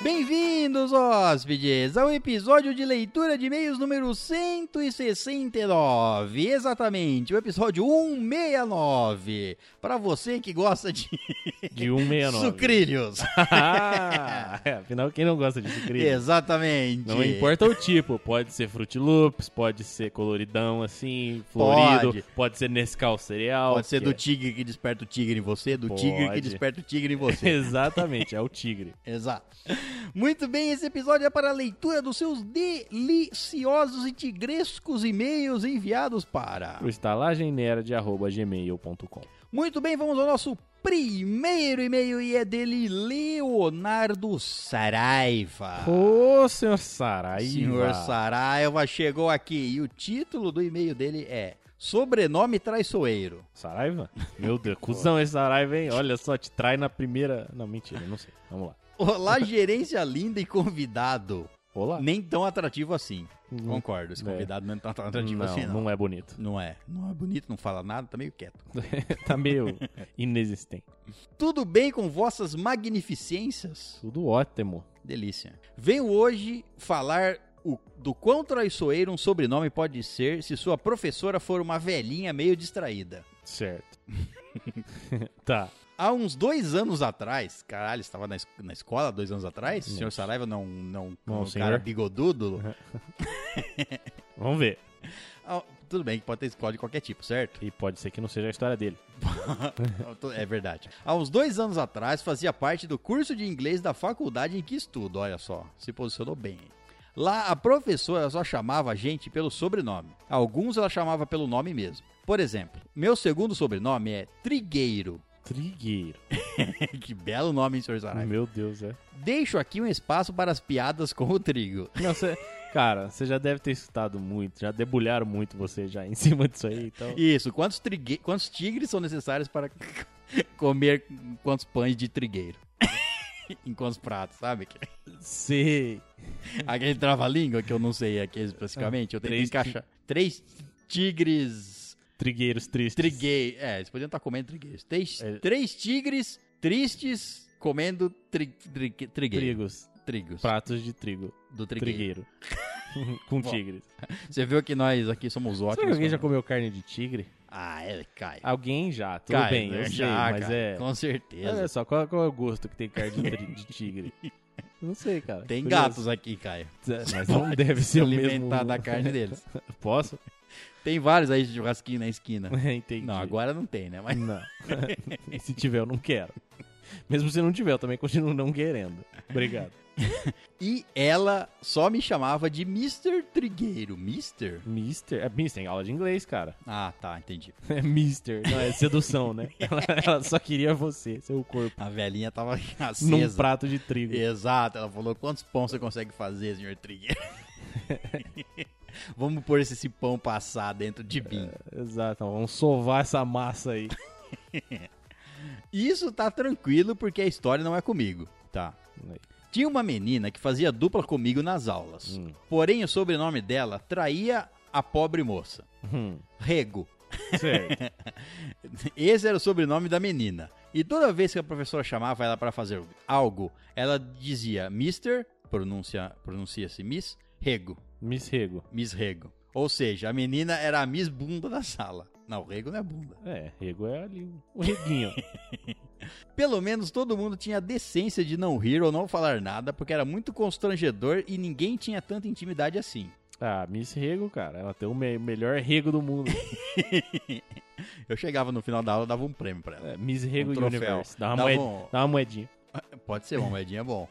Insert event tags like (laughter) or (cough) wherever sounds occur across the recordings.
Bem-vindos, hóspedes, ao episódio de leitura de e-mails número 169. Exatamente, o episódio 169. Para você que gosta de De 169. sucrilhos. (laughs) Ah, é, afinal, quem não gosta de sucrilhos? (laughs) Exatamente. Não importa o tipo, pode ser Fruit Loops, pode ser coloridão assim, florido, Pode. pode, ser Nescau cereal. Pode ser que do é- tigre que desperta o tigre em você, do tigre que Pode. desperta o tigre em (laughs) você. (laughs) Exatamente, é (laughs) o tigre. Exato. Muito bem, esse episódio é para a leitura dos seus deliciosos e tigrescos e-mails enviados para. Pro estalagemnerd.gmail.com Muito bem, vamos ao nosso primeiro e-mail e é dele Leonardo Saraiva. Ô, senhor Sarai. Ah. Senhor Saraiva chegou aqui e o título do e-mail dele é Sobrenome Traiçoeiro. Saraiva? Meu Deus, cuzão esse Saraiva, hein? Olha só, te trai na primeira... Não, mentira, não sei. Vamos lá. (laughs) Olá, gerência linda e convidado. Olá. Nem tão atrativo assim. Não- Concordo, esse é. convidado não é tão atrativo Não, assim, não. não é bonito. Não é. Não é bonito, não fala nada, tá meio quieto. tá (laughs) meio inexistente. Tudo bem com vossas magnificências? Tudo ótimo. Delícia. Venho hoje falar o- do quão traiçoeiro um sobrenome pode ser se sua professora for uma velhinha meio distraída. Certo. (laughs) tá. Há uns dois anos atrás, caralho, estava na, es- na escola dois anos atrás? O senhor Nossa. Saraiva não, não, Não, um senhor. Uhum. cara bigodudo? Vamos ver. Ah, tudo bem que pode ter escola de qualquer tipo, certo? E pode ser que não seja a história dele. é verdade. Há uns dois anos atrás, fazia parte do curso de inglês da faculdade em que estudo. Olha só, se posicionou bem. Lá, a professora só chamava a gente pelo sobrenome. Alguns ela chamava pelo nome mesmo. Por exemplo, meu segundo sobrenome é Trigueiro. (laughs) Trigueiro. que belo nome, hein, senhor Saraiva? Meu Deus, é. Deixo aqui um espaço para as piadas com o trigo. Não, cê- cara, você já deve ter escutado muito, já debulharam muito você já em (laughs) cima disso aí, então. Isso, quantos, trigue... quantos tigres são necessários para (laughs) comer quantos pães de trigueiro? (laughs) em quantos pratos, sabe? Sei. Aquele trava-língua que eu não sei aqui especificamente, eu tentei Três encaixar. Três tigres. Trigueiros tristes. Triguei. É, eles podiam estar comendo trigueiros. Três, É. três tigres tristes comendo tri, tri, trigueiro. Trigos. Trigos. Pratos de trigo. Do trigueiro. Trigueiro. (laughs) Com tigres. Você viu que nós aqui somos ótimos. Será que alguém já quando- comeu carne de tigre? Ah, é, cai. Alguém já, tudo Cai, bem, né? eu sei, Já, mas cara, é. Com Olha certeza. só, qual, qual é o gosto que tem carne de, tri- de (laughs) tigre? Não sei, cara. Tem Curioso. gatos aqui, Caio. Mas não deve Se ser o mesmo. alimentar da (laughs) carne deles. Posso? Tem vários aí de churrasquinho na esquina. Entendi. Não, agora não tem, né? Mas (laughs) Não. E (laughs) se tiver, eu não quero. Mesmo se não tiver, eu também continuo não querendo. Obrigado. E ela só me chamava de Mr. Trigueiro. Mr? Mister? É Mister, tem aula de inglês, cara. Ah, tá, entendi. (laughs) É Mister, não, é sedução, (laughs) né? Ela, ela só queria você, seu corpo. A velhinha tava (laughs) Num acesa. prato de trigo. Exato, ela falou: quantos pão você consegue fazer, senhor Trigueiro? (laughs) Vamos pôr esse, esse pão passar dentro de mim. Exato, então vamos sovar essa massa aí. Isso tá tranquilo porque a história não é comigo. Tá. Tinha uma menina que fazia dupla comigo nas aulas. Hum. Porém, o sobrenome dela traía a pobre moça. Hum, Rego. (laughs) certo. Esse era o sobrenome da menina. E toda vez que a professora chamava ela para fazer algo, ela dizia Mr. pronuncia pronuncia-se Miss Rego, Miss Rego. Miss Rego. Ou seja, a menina era a Miss Bunda da sala. Não, Rego não é bunda. É, Rego é ali o- o (laughs) Reguinho. Pelo menos todo mundo tinha a decência de não rir ou não falar nada, porque era muito constrangedor e ninguém tinha tanta intimidade assim. Ah, Miss Rego, cara, ela tem o me- melhor Rego do mundo. Eu chegava no final da aula, dava um prêmio pra ela. É, Miss Rego Um troféu. Universe. Dá uma, Dá moed- bom. dá uma moedinha. Pode ser uma moedinha é bom.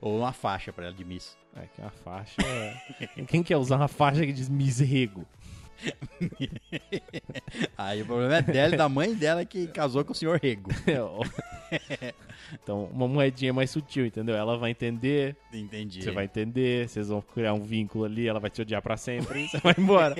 ou uma faixa pra ela de Miss. É que uma faixa. é- Quem quer usar uma faixa que diz misrego? Aí o problema é dela e da mãe dela que casou com o senhor Rego. É, (laughs) então, uma moedinha mais sutil, entendeu? Ela vai entender, Entendi. você vai entender, vocês vão criar um vínculo ali, ela vai te odiar pra sempre, e você vai (laughs) embora.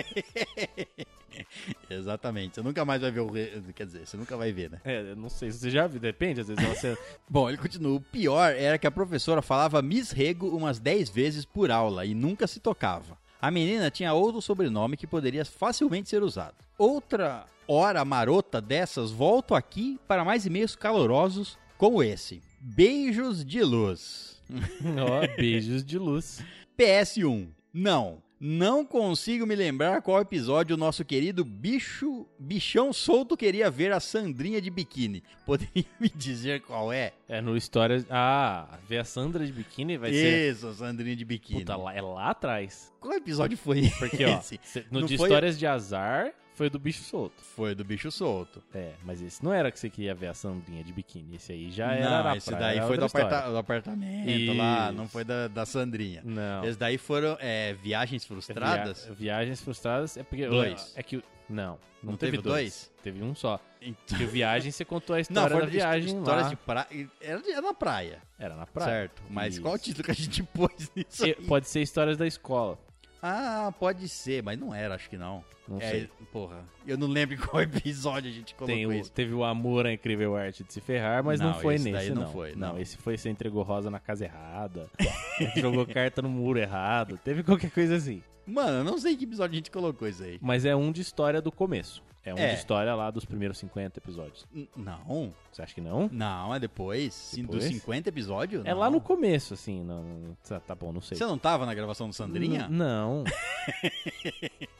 Exatamente. Você nunca mais vai ver o Rego. Quer dizer, você nunca vai ver, né? É, eu não sei se você já viu, depende, às vezes ela senta. (laughs) Bom, ele continua. O pior era que a professora falava Miss Rego umas 10 vezes por aula e nunca se tocava. A menina tinha outro sobrenome que poderia facilmente ser usado. Outra hora marota dessas, volto aqui para mais e-mails calorosos como esse. Beijos de luz. Ó, beijos de luz. PS1. Não. Não consigo me lembrar qual episódio o nosso querido bicho bichão solto queria ver a Sandrinha de biquíni. (laughs) Poderia me dizer qual é? É no Histórias. Ah, ver a Sandra de biquíni vai ser. Isso, Sandrinha de biquíni. Puta, lá- é lá atrás. Qual episódio foi Porque, ó, esse? cê- no Não de foi- Histórias de Azar foi do bicho solto. Foi do bicho solto. É, mas esse não era que você queria ver a Sandrinha de biquíni. Esse aí já era. não, na esse praia, daí era foi do, outra história. aparta- do apartamento lá, Isso. não foi da, da Sandrinha. Não. Esses daí foram é, viagens frustradas. Via- viagens frustradas é porque. Dois. É que. o- Não. Não, Não teve, teve dois. dois? Teve um só. Então- Porque o viagem você (laughs) contou a Não, história foram da viagem histórias lá. de praia. Era, de- era na praia, Era na praia. certo? Mas Isso. qual o título que a gente (laughs) pôs nisso? E- aí? Pode ser histórias da escola. Ah, pode ser, mas não era, acho que não. Não É, sei. Porra, eu não lembro (laughs) em qual episódio a gente colocou Tem o, isso. teve o amor à incrível arte de se ferrar, mas não, Não, foi esse nesse. daí não. não foi, não. esse foi você entregou rosa na casa errada, (laughs) jogou carta no muro errado, teve qualquer coisa assim. Mano, eu não sei que episódio a gente colocou isso aí. Mas é um de história do começo. É um É. de história lá dos primeiros 50 episódios. N- Não, Você acha que não? não, é depois. Sim, Depois? Dos 50 episódios? É lá Não. no começo, assim. Não, não- tá, tá bom, não sei. Você não tava na gravação do Sandrinha? (laughs) N- Não.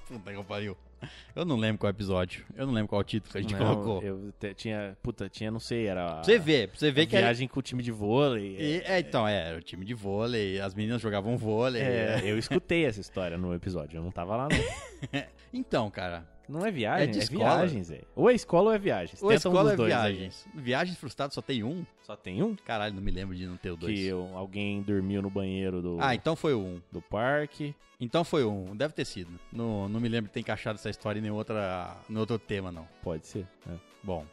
Puta que pariu. Eu não lembro qual episódio. Eu não lembro qual título que a gente Não, colocou. Eu te- tinha. Puta, tinha, não sei, era. Pra você ver, pra você Vê ver que é era- viagem com o time de vôlei. E- é, então, é, era o time de vôlei, as meninas jogavam vôlei. É, é. eu escutei essa história no episódio, eu não tava lá não. Então, cara, Não é viagem, é, É de escola. viagens, é. Ou é escola ou é viagens. ou a Tenta um dos escola é dois aí. viagens. Viagens frustradas só tem um? Só tem um? Caralho, não me lembro de não ter o dois. Que eu- alguém dormiu no banheiro do, Ah, então foi o um. do parque. Então foi um, deve ter sido. Não, não me lembro de ter encaixado essa história em nenhum outra, em outro tema, não. Pode ser. né? Bom,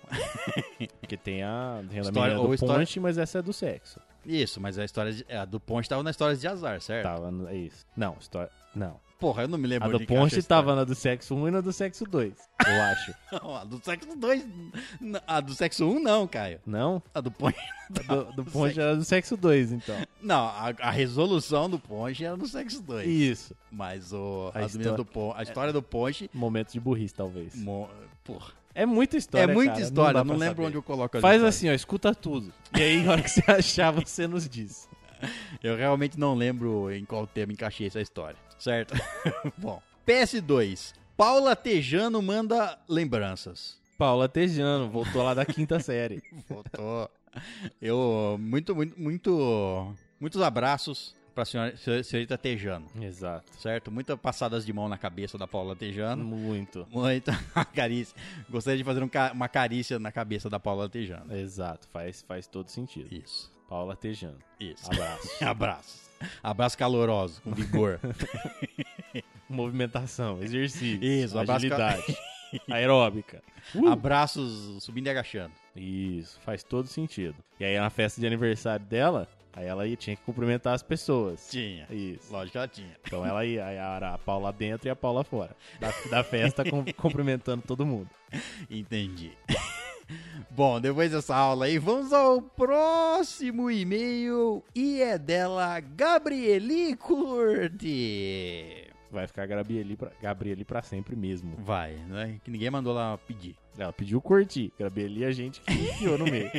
(laughs) Porque tem a renda História- menina ou do história- ponte, mas essa é do sexo. isso, mas a história de- a do Ponte tava na história de azar, certo? Tava no- é isso. Não, história. Não. Porra, eu não me lembro a onde do encaixa ponte história. tava na do sexo 1 e na do sexo 2. Eu acho. Não, a do sexo 2. n- A do sexo 1, um, não, Caio. (laughs) Não? A do Ponte. Do, do do ponte sexo. era do sexo 2, então. Não, a, a resolução do Ponte era no sexo 2. Isso. Mas o, A as meninas histó- do Ponte. A história do Ponte. Momento de burrice, talvez. mo- Porra. É muita história. Hum. é muita cara, história, dá não, pra lembro saber. onde eu coloco as Faz histórias. assim, ó, escuta tudo. E aí, na hora que você (laughs) achar, você nos diz. Eu realmente não lembro em qual tema encaixei essa história, certo? (laughs) Bom, PS2. Paula Tejano manda lembranças. Paula Tejano, voltou lá da (laughs) quinta série. Voltou. Eu muito muito muito muitos abraços para senhora senhorita Tejano, Exato. certo? Muitas passadas de mão na cabeça da Paula Tejano. Muito. Muita (laughs) carícia. Gostaria de fazer um ca- uma carícia na cabeça da Paula Tejano. Exato, faz, faz todo sentido. Isso. Paula Tejano, Isso. abraço. (laughs) Abraços. Abraço caloroso, com vigor. (laughs) Movimentação, exercício, Isso, abraço ca- agilidade, (laughs) aeróbica. (laughs) Uh! Abraços subindo e agachando. Isso, faz todo sentido. E aí, na festa de aniversário dela, aí ela ia, tinha que cumprimentar as pessoas. Tinha. Isso. Lógico que ela tinha. Então ela ia, aí era a Paula dentro e a Paula fora. Da, da festa, (laughs) cum- cumprimentando todo mundo. (laughs) Entendi. (laughs) Bom, depois dessa aula aí, vamos ao próximo e-mail e é dela Gabrieli Curti. Vai ficar Gabrieli pra, Gabrieli pra sempre mesmo. Vai, né? Que ninguém mandou lá pedir. Ela pediu curtir. Gabrieli a gente que enfiou no (laughs) meio.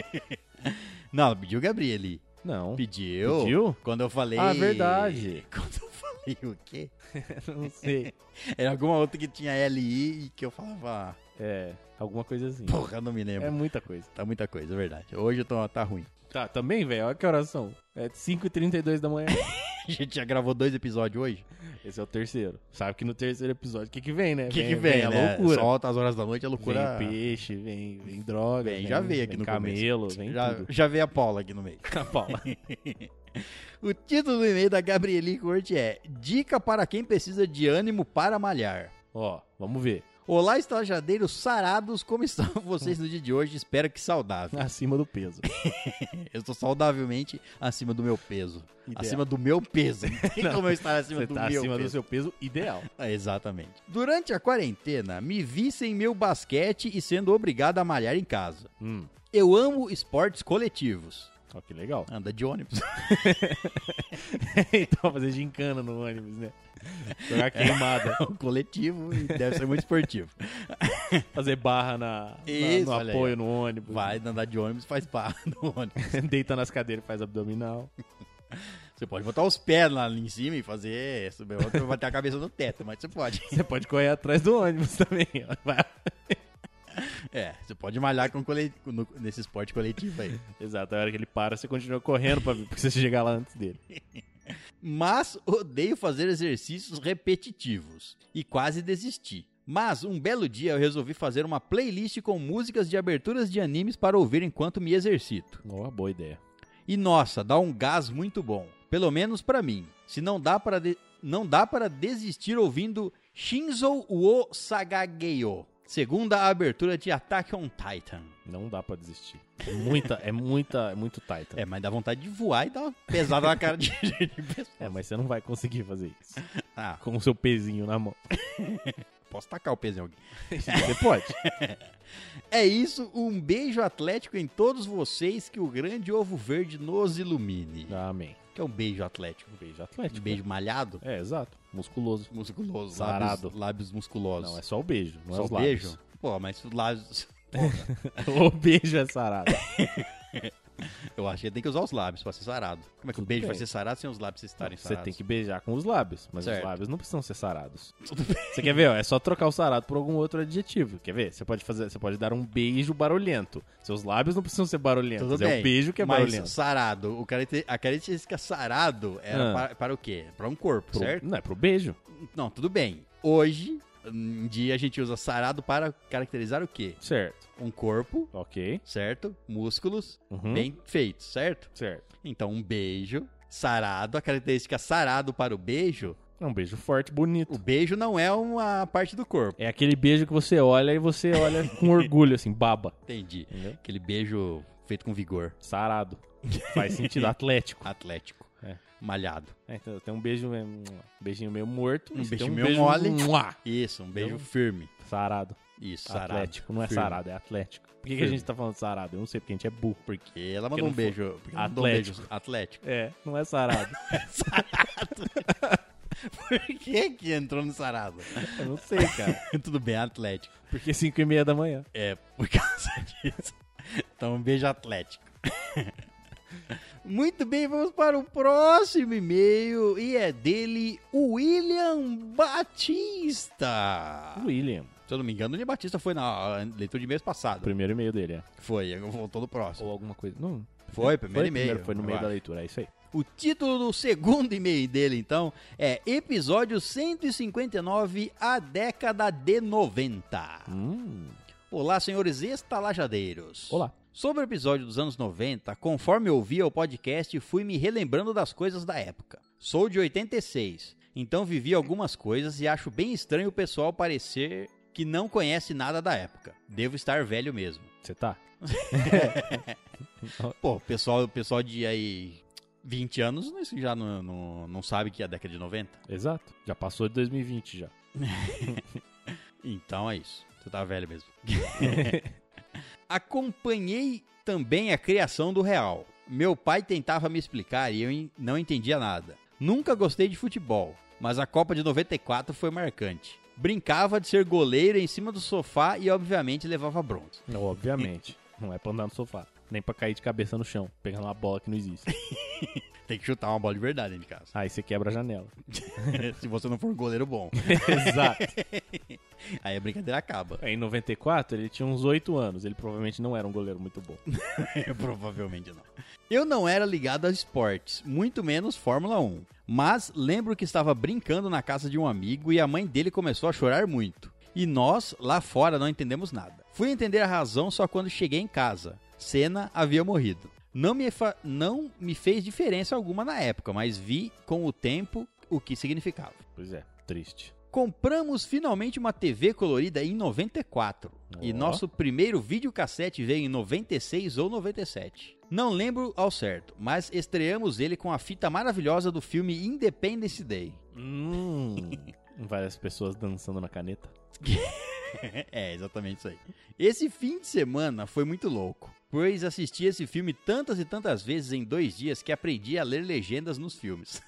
Não, ela pediu Gabrieli. Não. Pediu. Pediu? Quando eu falei. Ah, verdade. (laughs) Quando eu falei o quê? Não sei. Era alguma outra que tinha LI e que eu falava. ah, É, alguma coisa assim. Porra, não me É lembro. muita coisa. Tá muita coisa, é verdade. Hoje eu tô, tá ruim. (laughs) Tá, também, velho. Olha que oração. É 5h32 (laughs) da manhã. A gente já gravou dois episódios hoje. Esse é o terceiro. Sabe que no terceiro episódio, o que que vem, né? O que, que vem? a né? loucura. Só altas horas da noite é loucura. Vem peixe, vem, vem droga. Vem, já veio aqui vem no camelo, começo. vem (laughs) já, tudo. já veio a Paula aqui no meio. Tá bom. O título do e-mail da Gabrieli Corte é Dica para quem precisa de ânimo para malhar. Ó, (laughs) vamos ver. Olá, estalajadeiros sarados, como estão (laughs) vocês no dia de hoje? Espero que (laughs) saudável. Acima do peso. Eu estou saudavelmente acima do meu peso. Ideal. Acima do meu peso. Não tem como eu estar acima Você do tá meu acima do peso. seu peso ideal. Ah, exatamente. Durante a quarentena, me vi sem meu basquete e sendo obrigado a malhar em casa. Hum. Eu amo esportes coletivos. Ó, que legal. Anda de ônibus. (laughs) (laughs) então, fazer gincana no ônibus, né? Jogar queimada. um coletivo e deve ser muito esportivo. Fazer barra na, na- Isso, no olha aí, apoio ó. no ônibus. Vai andar de ônibus, faz barra (laughs) no ônibus. (laughs) Deita nas cadeiras e faz abdominal. Você pode botar os pés lá em cima e fazer isso. meu, Outro vai bater a cabeça no teto, mas você pode. (laughs) Você pode correr atrás do ônibus também. ó. Vai- É, você pode malhar com cole- no- nesse esporte coletivo aí. Exato, a hora que ele para, você continua correndo pra (laughs) porque você chegar lá antes dele. Mas odeio fazer exercícios repetitivos e quase desisti. Mas um belo dia eu resolvi fazer uma playlist com músicas de aberturas de animes para ouvir enquanto me exercito. Uma boa ideia. E nossa, dá um gás muito bom, pelo menos pra mim. Se não dá para de- não dá para desistir ouvindo Shinzo wo Sagageyo, segunda abertura de Attack on Titan. Não dá pra desistir. É muita, é muita, é muito Titan. É, mas dá vontade de voar e dar uma pesada na cara de, (laughs) de pessoa. É, mas você não vai conseguir fazer isso. Ah, Com o seu pezinho na mão. posso tacar o peso em alguém. (laughs) Você pode. É isso, um beijo atlético em todos vocês, que o grande ovo verde nos ilumine. Ah, Amém. Que é um beijo atlético, Um beijo um atlético. beijo malhado, É, exato. Musculoso. musculoso, Sarado. lábios, lábios musculosos. Não, é só o beijo, não é Só os o lábios. beijo? Pô, mas os lábios, (laughs) o beijo é sarado. eu acho que tem que usar os lábios pra ser sarado. Como é que o Tudo beijo bem. vai ser sarado sem os lábios estarem Você sarados? tem que beijar com os lábios, mas Certo. os lábios não precisam ser sarados. Você quer ver? Ó, é só trocar o sarado por algum outro adjetivo. Quer ver? Você pode fazer, você pode dar um beijo barulhento. Seus lábios não precisam ser barulhentos. Tudo é bem, o beijo que é mas barulhento. sarado, o caracter- a característica sarado era Ah. para, para o quê? Para um corpo, Pro- certo? Não, é pro beijo. Não, tudo bem. Hoje, em dia, a gente usa sarado para caracterizar o quê? Certo. Um corpo, Ok. certo? Músculos Uhum. bem feitos, certo? Certo. Então, um beijo sarado, a característica sarado para o beijo, É um beijo forte, bonito. o beijo não é uma parte do corpo, É aquele beijo que você olha e você (laughs) olha com orgulho, assim, baba. entendi. Entendeu? Aquele beijo feito com vigor, Sarado. Faz (laughs) sentido, atlético. atlético, É. malhado. É, então tem um beijo, é, um beijinho meio morto. Um e você beijo tem meio mole. mua, Isso, um beijo Então- firme. sarado. Isso, sarado. Atlético. Não é firme. sarado, é atlético. Por que, que a Firme. gente tá falando sarado? Eu não sei, porque a gente é burro. Porque ela Porque mandou um não foi- beijo. Porque ela mandou um beijo Atlético. atlético. (laughs) É, não é (laughs) sarado. Por que que entrou no (laughs) sarado? Eu não sei, cara. Tudo bem, atlético. Porque 5 e meia da manhã. É, por causa (laughs) disso. Então, um beijo atlético. (laughs) Muito bem, vamos para o próximo e-mail e é dele o William Batista. William. Se eu não me engano, o William Batista foi na ah, leitura de mês passado. Primeiro e-mail dele, é. Foi, voltou no próximo. Ou alguma coisa. Não. Foi, primeiro e-mail. Foi no eu meio da acho. leitura, é isso aí. O título do segundo e-mail dele, então, é Episódio 159, a década de 90. Hum. Olá, senhores estalajadeiros. Olá. Sobre o episódio dos anos 90, conforme eu ouvia o podcast, fui me relembrando das coisas da época. Sou de 86, então vivi algumas coisas e acho bem estranho o pessoal parecer que não conhece nada da época. Devo estar velho mesmo. Você tá? Pô, o pessoal, o pessoal de aí 20 anos não- isso já não, não, não sabe que é a década de 90. Exato. Já passou de 2020 já. Então é isso. Você tá velho mesmo. Acompanhei também a criação do Real. Meu pai tentava me explicar e eu en- não entendia nada. Nunca gostei de futebol, mas a Copa de 94 foi marcante. Brincava de ser goleiro em cima do sofá e, obviamente, levava bronze. Não, (laughs) obviamente. não é pra andar no sofá. Nem pra cair de cabeça no chão, pegando uma bola que não (laughs) existe. Tem que chutar uma bola de verdade dentro de casa. (laughs) Aí você quebra a janela. Se você não for um goleiro bom, (laughs) Exato. aí a brincadeira acaba. Em 94, ele tinha uns 8 anos. Ele provavelmente não era um goleiro muito bom. (laughs) Provavelmente não. Eu não era ligado a esportes, muito menos Fórmula 1. Mas lembro que estava brincando na casa de um amigo e a mãe dele começou a chorar muito. E nós, lá fora, não entendemos nada. Fui entender a razão só quando cheguei em casa. Senna havia morrido. Não me, fa- não me fez diferença alguma na época, mas vi com o tempo o que significava. Pois é, triste. Compramos finalmente uma TV colorida em 94. E Ó. nosso primeiro videocassete veio em 96 ou 97. Não lembro ao certo, mas estreamos ele com a fita maravilhosa do filme Independence (laughs) Day. Hum. Várias pessoas dançando na caneta. é, exatamente isso aí. Esse fim de semana foi muito louco. pois assisti esse filme tantas e tantas vezes em dois dias que aprendi a ler legendas nos filmes.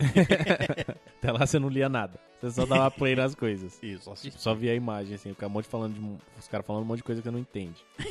Até lá você não lia nada. Você só dava play nas coisas. (laughs) Isso, assisti. Tipo, só via a imagem, assim, ficar um monte falando de. um- Os caras falando um monte de coisa que eu não entende. (laughs)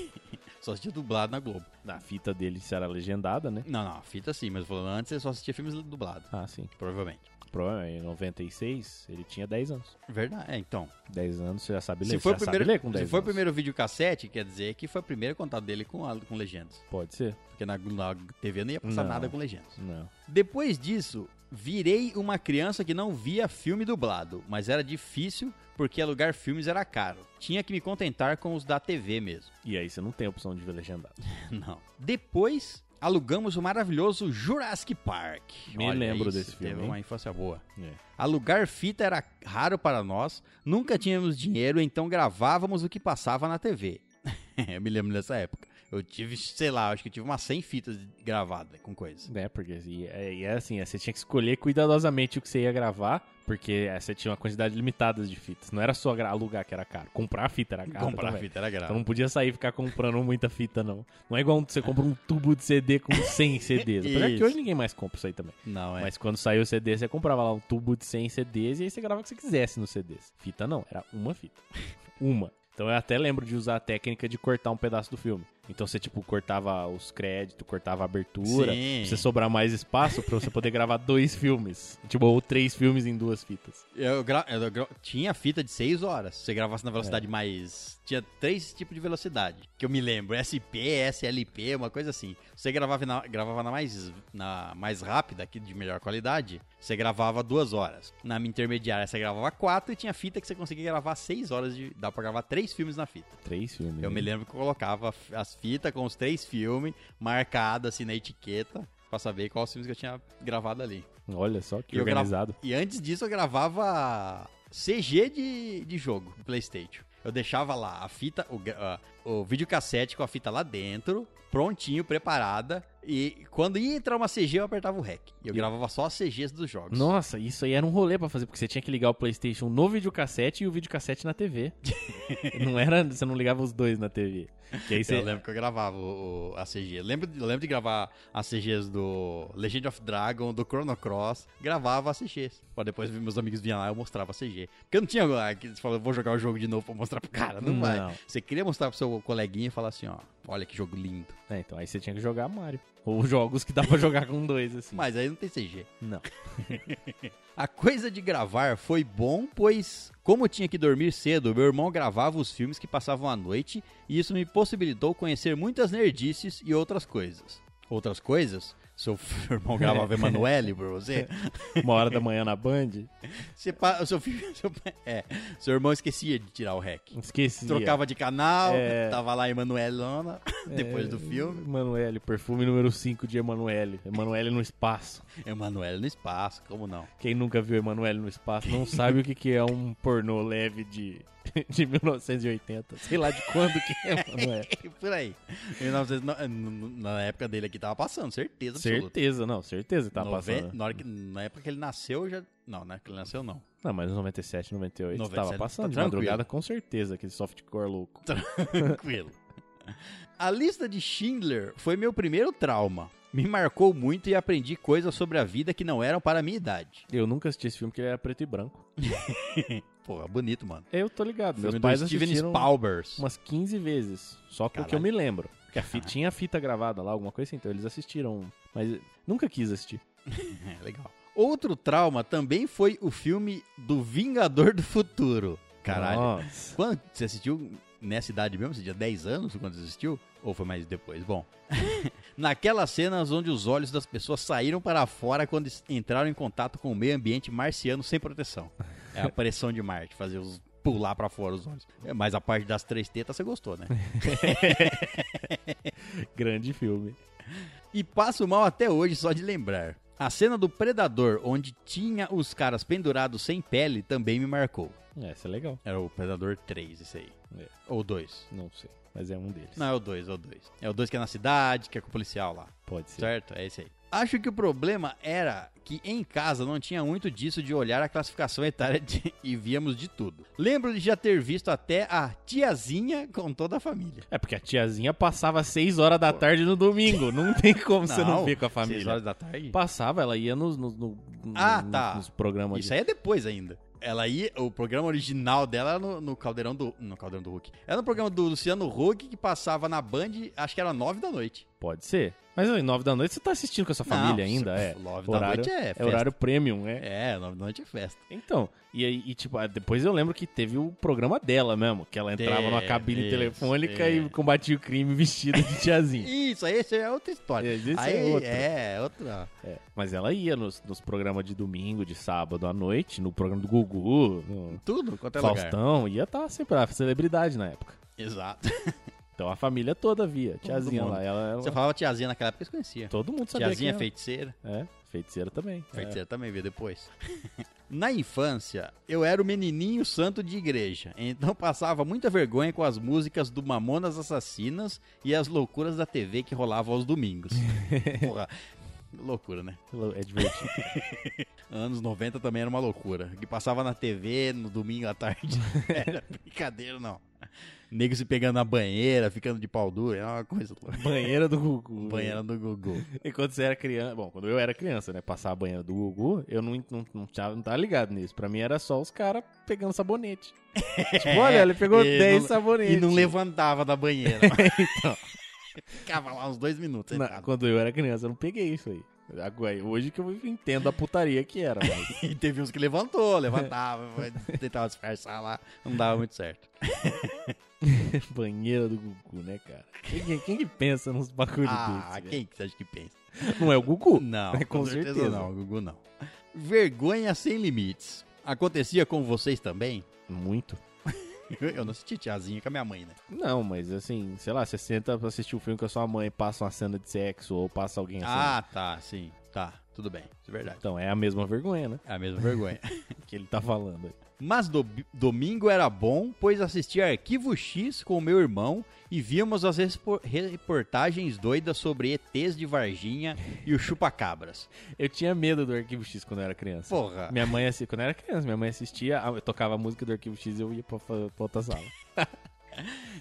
Só assistia dublado na Globo. Na fita dele se era legendada, né? Não, não, a fita sim, mas falando antes você só assistia filmes dublados, Ah, sim. provavelmente. O problema é, em 96, ele tinha 10 anos. Verdade, é, então. 10 anos você já sabe ler. Se Você foi, o já sabe primeiro, ler com 10 se foi o anos. primeiro videocassete, quer dizer que foi o primeiro contato dele com, a- com legendas. Pode ser? Porque na, na TV não ia passar Não. nada com legendas. Não. Depois disso, virei uma criança que não via filme dublado, mas era difícil porque alugar filmes era caro. Tinha que me contentar com os da TV mesmo. E aí você não tem a opção de ver legendado. Não. Depois, alugamos o maravilhoso Jurassic Park. Me lembro desse filme, Teve hein? uma infância boa. É. Alugar fita era raro para nós, nunca tínhamos dinheiro, então gravávamos o que passava na TV. (laughs) eu me lembro dessa época. Eu tive, sei lá, acho que eu tive umas 100 fitas gravadas com coisa. É, porque e, é- e é assim, é, você tinha que escolher cuidadosamente o que você ia gravar, porque é, você tinha uma quantidade limitada de fitas. Não era só gra- alugar que era caro, comprar a fita era caro. Comprar também. fita era grave. Então não podia sair e ficar comprando muita fita, não. Não é igual você compra um tubo de CD com (laughs) 100 CDs. Apesar que Isso. hoje ninguém mais compra isso aí também. Não, é. Então, Mas quando saiu o CD, você comprava lá um tubo de 100 CDs e aí você gravava o que você quisesse nos CDs. Fita não, era uma fita. (laughs) uma. Então eu até lembro de usar a técnica de cortar um pedaço do filme. Então você, tipo, cortava os créditos, cortava a abertura, Sim. pra você sobrar mais espaço pra você poder gravar (laughs) dois filmes. Tipo, ou três filmes em duas fitas. Eu, gra- eu gra- tinha fita de 6 horas. Se você gravasse na velocidade mais. Tinha três tipos de velocidade. Que eu me lembro. SP, SLP, uma coisa assim. Você gravava na, gravava na mais na mais rápida, que de melhor qualidade, você gravava duas horas. Na minha intermediária, você gravava quatro e tinha fita que você conseguia gravar seis horas de. Dá pra gravar três né? filmes na fita. Três filmes. Eu me lembro que eu colocava f- as fitas com os três filmes marcadas assim na etiqueta. Pra saber quais filmes que eu tinha gravado ali. Olha só que Eu gravo- organizado. E antes disso eu gravava CG de, de jogo, do Playstation. Eu deixava lá a fita, o, gra- ah, o videocassete com a fita lá dentro, prontinho, preparada. E quando ia entrar uma CG, eu apertava o REC. E eu gravava só as CGs dos jogos. Nossa, isso aí era um rolê pra fazer, porque você tinha que ligar o PlayStation no videocassete e o videocassete (laughs) na TV. não era, você não ligava os dois na TV. Que aí você, Eu lembro que eu gravava o, o- a CG. Lembro, de- lembro de gravar as CGs do Legend of Dragon, do Chrono Cross. Gravava as CGs. Pra depois meus amigos vinham lá eu mostrava a CG. Porque eu não tinha. ah, que Você falou, vou jogar o jogo de novo pra mostrar pro cara. Não, Não. vai. Você queria mostrar pro seu coleguinha e falar assim: ó, olha que jogo lindo. É, então aí você tinha que jogar Mario. Ou (laughs) jogos que dá pra jogar com dois, assim. Mas aí não tem CG. Não. A coisa de gravar foi bom, pois, como eu tinha que dormir cedo, meu irmão gravava os filmes que passavam à noite e isso me possibilitou conhecer muitas nerdices e outras coisas. Outras coisas? Seu (laughs) f- irmão gravava Emanuele pra você? Uma hora da manhã na Band, Você pa- seu, filho, (laughs) seu, pa- é, seu irmão esquecia de tirar o rec. esqueci. Trocava de canal, É. tava lá Emanuelona (laughs) depois do filme. Emanuele, perfume número 5 de Emanuele. Emanuele no espaço. Emanuele no espaço, como não? Quem nunca viu Emanuele no espaço não sabe o que, que é um pornô leve de, (laughs) de 1980. Sei lá de quando que é Emanuele. Por aí. 1900 na- eh, na época dele aqui tava passando, certeza absoluta. Certeza, não, certeza que tá Noven- passando. Na, hora que- na época que ele nasceu, já. Não, na época que ele nasceu, não. (laughs) Não, mas 97, 98 97 tava passando. tá de tranquilo. madrugada, com certeza, aquele softcore louco. Tranquilo. A lista de Schindler foi meu primeiro trauma. Me marcou muito e aprendi coisas sobre a vida que não eram para a minha idade. Eu nunca assisti esse filme porque ele era preto e branco. Pô, é bonito, mano. Eu tô ligado. Ah, Meus Filme pais do Steven assistiram Spielberg. umas 15 vezes. Só porque eu Caralho. me lembro. Porque a fita, tinha a fita gravada lá, alguma coisa assim. Então eles assistiram. Mas nunca quis assistir. É, legal. Outro trauma também foi o filme do Vingador do Futuro. Caralho. Nossa. (laughs) Quando você assistiu nessa idade mesmo? Você tinha 10 anos quando você assistiu? Ou foi mais depois? Bom, naquelas cenas onde os olhos das pessoas saíram para fora quando es- entraram em contato com o meio ambiente marciano sem proteção. É a pressão de Marte, fazer os pular para fora os olhos. É, Mas a parte das três tetas você gostou, né? Grande filme. E passo mal até hoje só de lembrar. A cena do Predador, onde tinha os caras pendurados sem pele, também me marcou. É, esse é legal. Era o Predador 3, esse aí. É, Ou 2. não sei. Mas é um deles. Não, é o 2, é o 2. É o 2 que é na cidade, que é com o policial lá. Pode ser. Certo? É esse aí. Acho que o problema era que em casa não tinha muito disso de olhar a classificação etária de- (laughs) e víamos de tudo. Lembro de já ter visto até a tiazinha com toda a família. É porque a tiazinha passava às 6 horas da tarde no domingo. Não tem como você não ver com a Seis família. horas da tarde? Passava, ela ia nos, nos, no- Ah, nos- tá. nos programas Isso de... aí é depois ainda. Ela ia, o programa original dela era no, no Caldeirão do. No Caldeirão do Hulk. Era no programa do Luciano Huck que passava na Band, acho que era 9 da noite. Pode ser. Mas às 9 da noite você tá assistindo com a sua família Não, ainda, se- é. nove da horário, noite é festa. horário premium, é. É, 9 da noite é festa. Então, e aí, e, tipo, ah, depois eu lembro que teve o programa dela mesmo, que ela entrava numa Teve, cabine isso, telefônica é. e combatia o crime vestida de tiazinha. (laughs) Isso, aí essa é outra história. É, isso aí, é outra. É, outra. É, Mas ela ia nos, nos programas de domingo, de sábado à noite, no programa do Gugu, no Tudo quanto é lugar. Faustão, ia estar sempre lá, celebridade na época. Exato. Então a família toda via, tiazinha mundo. lá. Ela, ela- Você falava tiazinha naquela época, eu conhecia. todo mundo sabia Tiazinha quem feiticeira. era. É, feiticeira também. é. Feiticeira também veio depois. (laughs) Na infância, eu era o menininho santo de igreja, então passava muita vergonha com as músicas do Mamonas Assassinas e as loucuras da TV que rolava aos (laughs) domingos. Porra, loucura, né? É divertido. (laughs) Anos 90 também era uma loucura. O Que passava na TV no domingo à (laughs) tarde. (laughs) era brincadeira, não. Nego se pegando na banheira, ficando de pau duro, é uma coisa louca. banheira do Gugu. Banheira do Gugu. E quando você era criança. Bom, quando eu era criança, né? Passar a banheira do Gugu, eu não, não, não, tava, não tava ligado nisso. Pra mim era só os caras pegando (laughs) sabonete. tipo, olha, ele pegou E 10 não- sabonetes. E não levantava da banheira. (laughs) Então. (laughs) Ficava lá uns dois minutos. Na- sentado. quando eu era criança, eu não peguei isso aí. Agora, hoje que eu entendo a putaria que era, (laughs) mas E teve uns que levantou, (laughs) levantava, tentava disfarçar lá. Não dava muito certo. banheira do Gugu, né, cara? Quem, que- quem que pensa nos bagulhos Ah, desse? quem que você acha que pensa? velho? Não é o Gugu? Não, É, com certeza. não, Gugu não. Vergonha sem limites. Acontecia com vocês também? (laughs) Muito. Eu não assisti tiazinha com a minha mãe, né? Não, mas assim, sei lá, você senta pra assistir um filme com a sua mãe, passa uma cena de sexo ou passa alguém assim. Ah, tá, sim. Tá, tudo bem. Isso é verdade. Então é a mesma vergonha, né? É a mesma (laughs) vergonha. Que ele tá falando aí. Mas do- domingo era bom, pois assistia Arquivo X com o meu irmão e víamos as respo- reportagens doidas sobre ETs de Varginha e o Chupacabras. Eu tinha medo do Arquivo X quando eu era criança. Porra! Minha mãe, assim, quando eu era criança, minha mãe assistia, eu tocava a música do Arquivo X e eu ia pra, pra outra sala.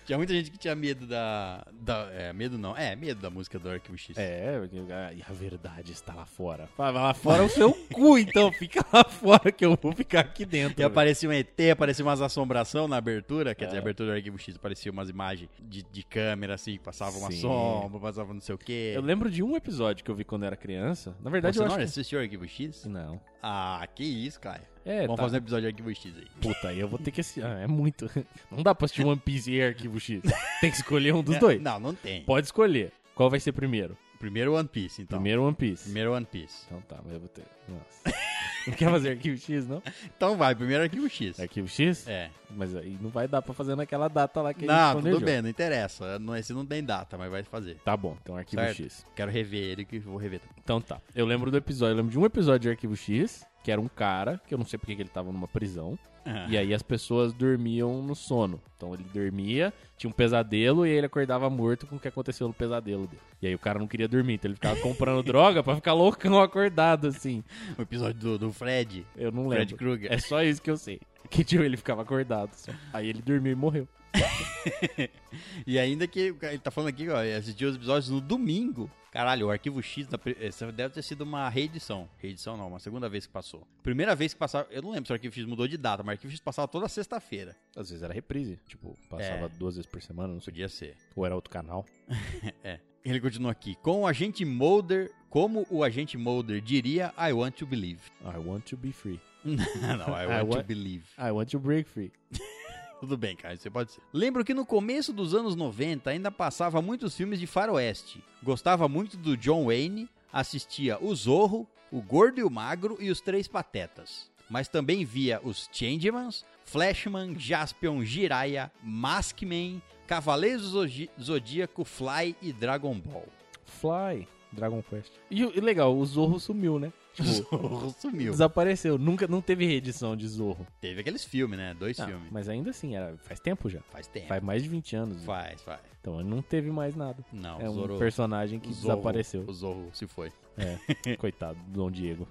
Tinha muita gente que tinha medo da. da- é, medo não. É, medo da música do Arquivo X. É, eu- a- e a verdade está lá fora. Vai vai lá fora é o seu cu, então fica lá fora que eu vou ficar aqui dentro. E aparecia um ET, aparecia umas assombração na abertura, quer dizer, É. a abertura do Arquivo X aparecia umas imagens de, de câmera, assim, passava uma Sim. sombra, passava não sei o quê. Eu lembro de um episódio que eu vi quando eu era criança. Na verdade, Você eu não é acho assistiu Arquivo X? que... Não. Ah, que isso, cara. É, Vamos tá. fazer um episódio de Arquivo X aí. Puta, aí eu vou ter que assistir. Ah, é muito. (laughs) Não dá pra assistir One Piece e Arquivo X. Tem que escolher um dos É, dois. Não, não tem. Pode escolher. Qual vai ser primeiro? Primeiro One Piece, então. Primeiro, Primeiro One One Piece. Piece. Então tá, mas eu vou ter. Nossa. (laughs) não quer fazer Arquivo X, não? Então vai, primeiro Arquivo X. Arquivo X? É. Mas aí não vai dar pra fazer naquela data lá que a Não, gente tudo planejou. bem, não interessa. Não, esse não tem data, mas vai fazer. Tá bom, então Arquivo Certo. X. Quero rever ele, que vou rever também. Então tá. Eu lembro do episódio, eu lembro de um episódio de Arquivo X, que era um cara, que eu não sei porque que ele tava numa prisão, Ah, e aí as pessoas dormiam no sono. Então ele dormia, tinha um pesadelo e ele acordava morto com o que aconteceu no pesadelo dele. E aí o cara não queria dormir, então ele ficava comprando (laughs) droga pra ficar loucão acordado assim. O episódio do, do Fred. Eu não Fred lembro. Krueger. É só isso que eu sei. (laughs) Que tipo, ele ficava acordado. só. Aí ele dormiu e morreu. E ainda que o cara- ele tá falando aqui, ó, ele assistiu os episódios no domingo. Caralho, o Arquivo X da pri- essa deve ter sido uma reedição. Reedição não, uma segunda vez que passou. Primeira vez que passava, eu não lembro se o Arquivo X mudou de data, mas o Arquivo X passava toda sexta-feira. Às vezes era reprise. Tipo, passava É. duas vezes por semana, não sei. Podia ser. Ou era outro canal. Ele continua aqui. Com o agente Mulder, como o agente Mulder diria, I want to believe. I want to be free. (laughs) não, I I want wa- to believe. I want to break free. Tudo bem, cara, você pode ser. Lembro que no começo dos anos 90 ainda passava muitos filmes de faroeste. Gostava muito do John Wayne, assistia O Zorro, O Gordo e o Magro e Os Três Patetas. Mas também via os Changemans, Flashman, Jaspion, Jiraiya, Maskman, Cavaleiros do Zodi- Zodíaco, Fly e Dragon Ball. Fly, Dragon Quest. E o e legal, o Zorro (laughs) sumiu, né? Tipo, Zorro (laughs) sumiu. desapareceu. Nunca, não teve reedição de Zorro. Teve aqueles filmes, né? Dois Ah, filmes. mas ainda assim, era, faz tempo já. Faz tempo. Faz mais de 20 anos. Faz, faz. Então não teve mais nada. Não, é o um Zorro. personagem que o Zorro- (laughs) desapareceu. O Zorro se foi. (laughs) Coitado do Dom Diego.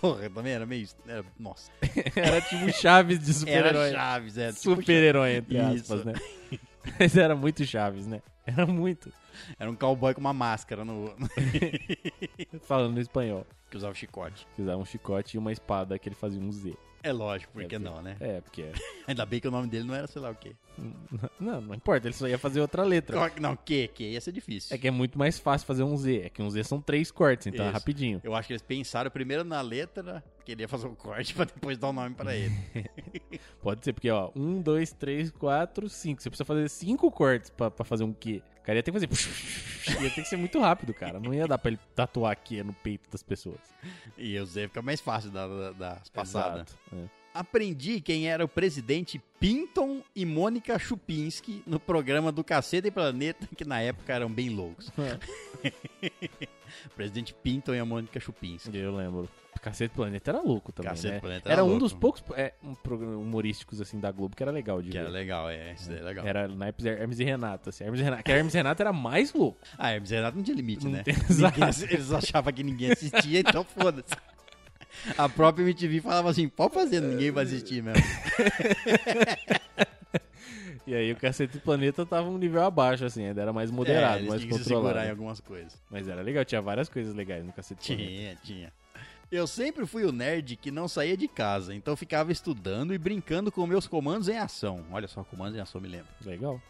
Porra, também era meio. Era, nossa. (laughs) Era tipo Chaves de Era super-herói. Chaves, é. tipo Super-herói, entre Isso. aspas, né? (laughs) Mas era muito Chaves, né? Era muito. Chaves. Era um cowboy com uma máscara no... (laughs) Falando em espanhol. que usava chicote. Que usava um chicote e uma espada que ele fazia um Z. É lógico, por É, que não, né? É, (laughs) porque. Ainda bem que o nome dele não era sei lá o quê. Não, não importa, ele só ia fazer outra letra. Claro que Não, que, que, ia ser difícil. É que é muito mais fácil fazer um Z. É que um Z são três cortes, então é Isso. rapidinho. Eu acho que eles pensaram primeiro na letra, queria fazer um corte (laughs) pra depois dar o nome pra (laughs) ele. Pode ser, porque, ó, um, dois, três, quatro, cinco. Você precisa fazer cinco cortes pra, pra fazer um Q. O cara ia ter que fazer. (laughs) Ia ter que ser muito rápido, cara. Não ia dar pra ele tatuar Q no peito das pessoas. e o Z fica mais fácil da, da- das passadas. Exato, é. Aprendi quem era o presidente Pinton e Mônica Chupinski no programa do Caceta e Planeta, que na época eram bem loucos. É. (laughs) presidente Pinton e a Mônica Chupinski. Eu lembro. Cacete Planeta era louco também, Cacete né? Planeta era era um louco. dos poucos é, um programa humorísticos assim da Globo que era legal de Que ver. era legal, é. Isso daí é legal. Era naipes Hermes e Renato, assim. Hermes e Renato, que Hermes e Renato era mais louco. Ah, Hermes e Renato não tinha limite, Não né? tem- Ninguém- (laughs) Exato. eles achavam que ninguém assistia, então foda-se. A própria MTV falava assim, pode fazer, ninguém vai assistir mesmo. E aí o Cacete Planeta tava um nível abaixo, assim, ainda era mais É, moderado, eles mais tinham que se segurar em controlado. algumas coisas. Mas era legal, tinha várias coisas legais no Cacete Planeta. Tinha, tinha. Eu sempre fui o nerd que não saía de casa, então ficava estudando e brincando com meus comandos em ação. Olha só, comandos em ação, me lembro. Legal.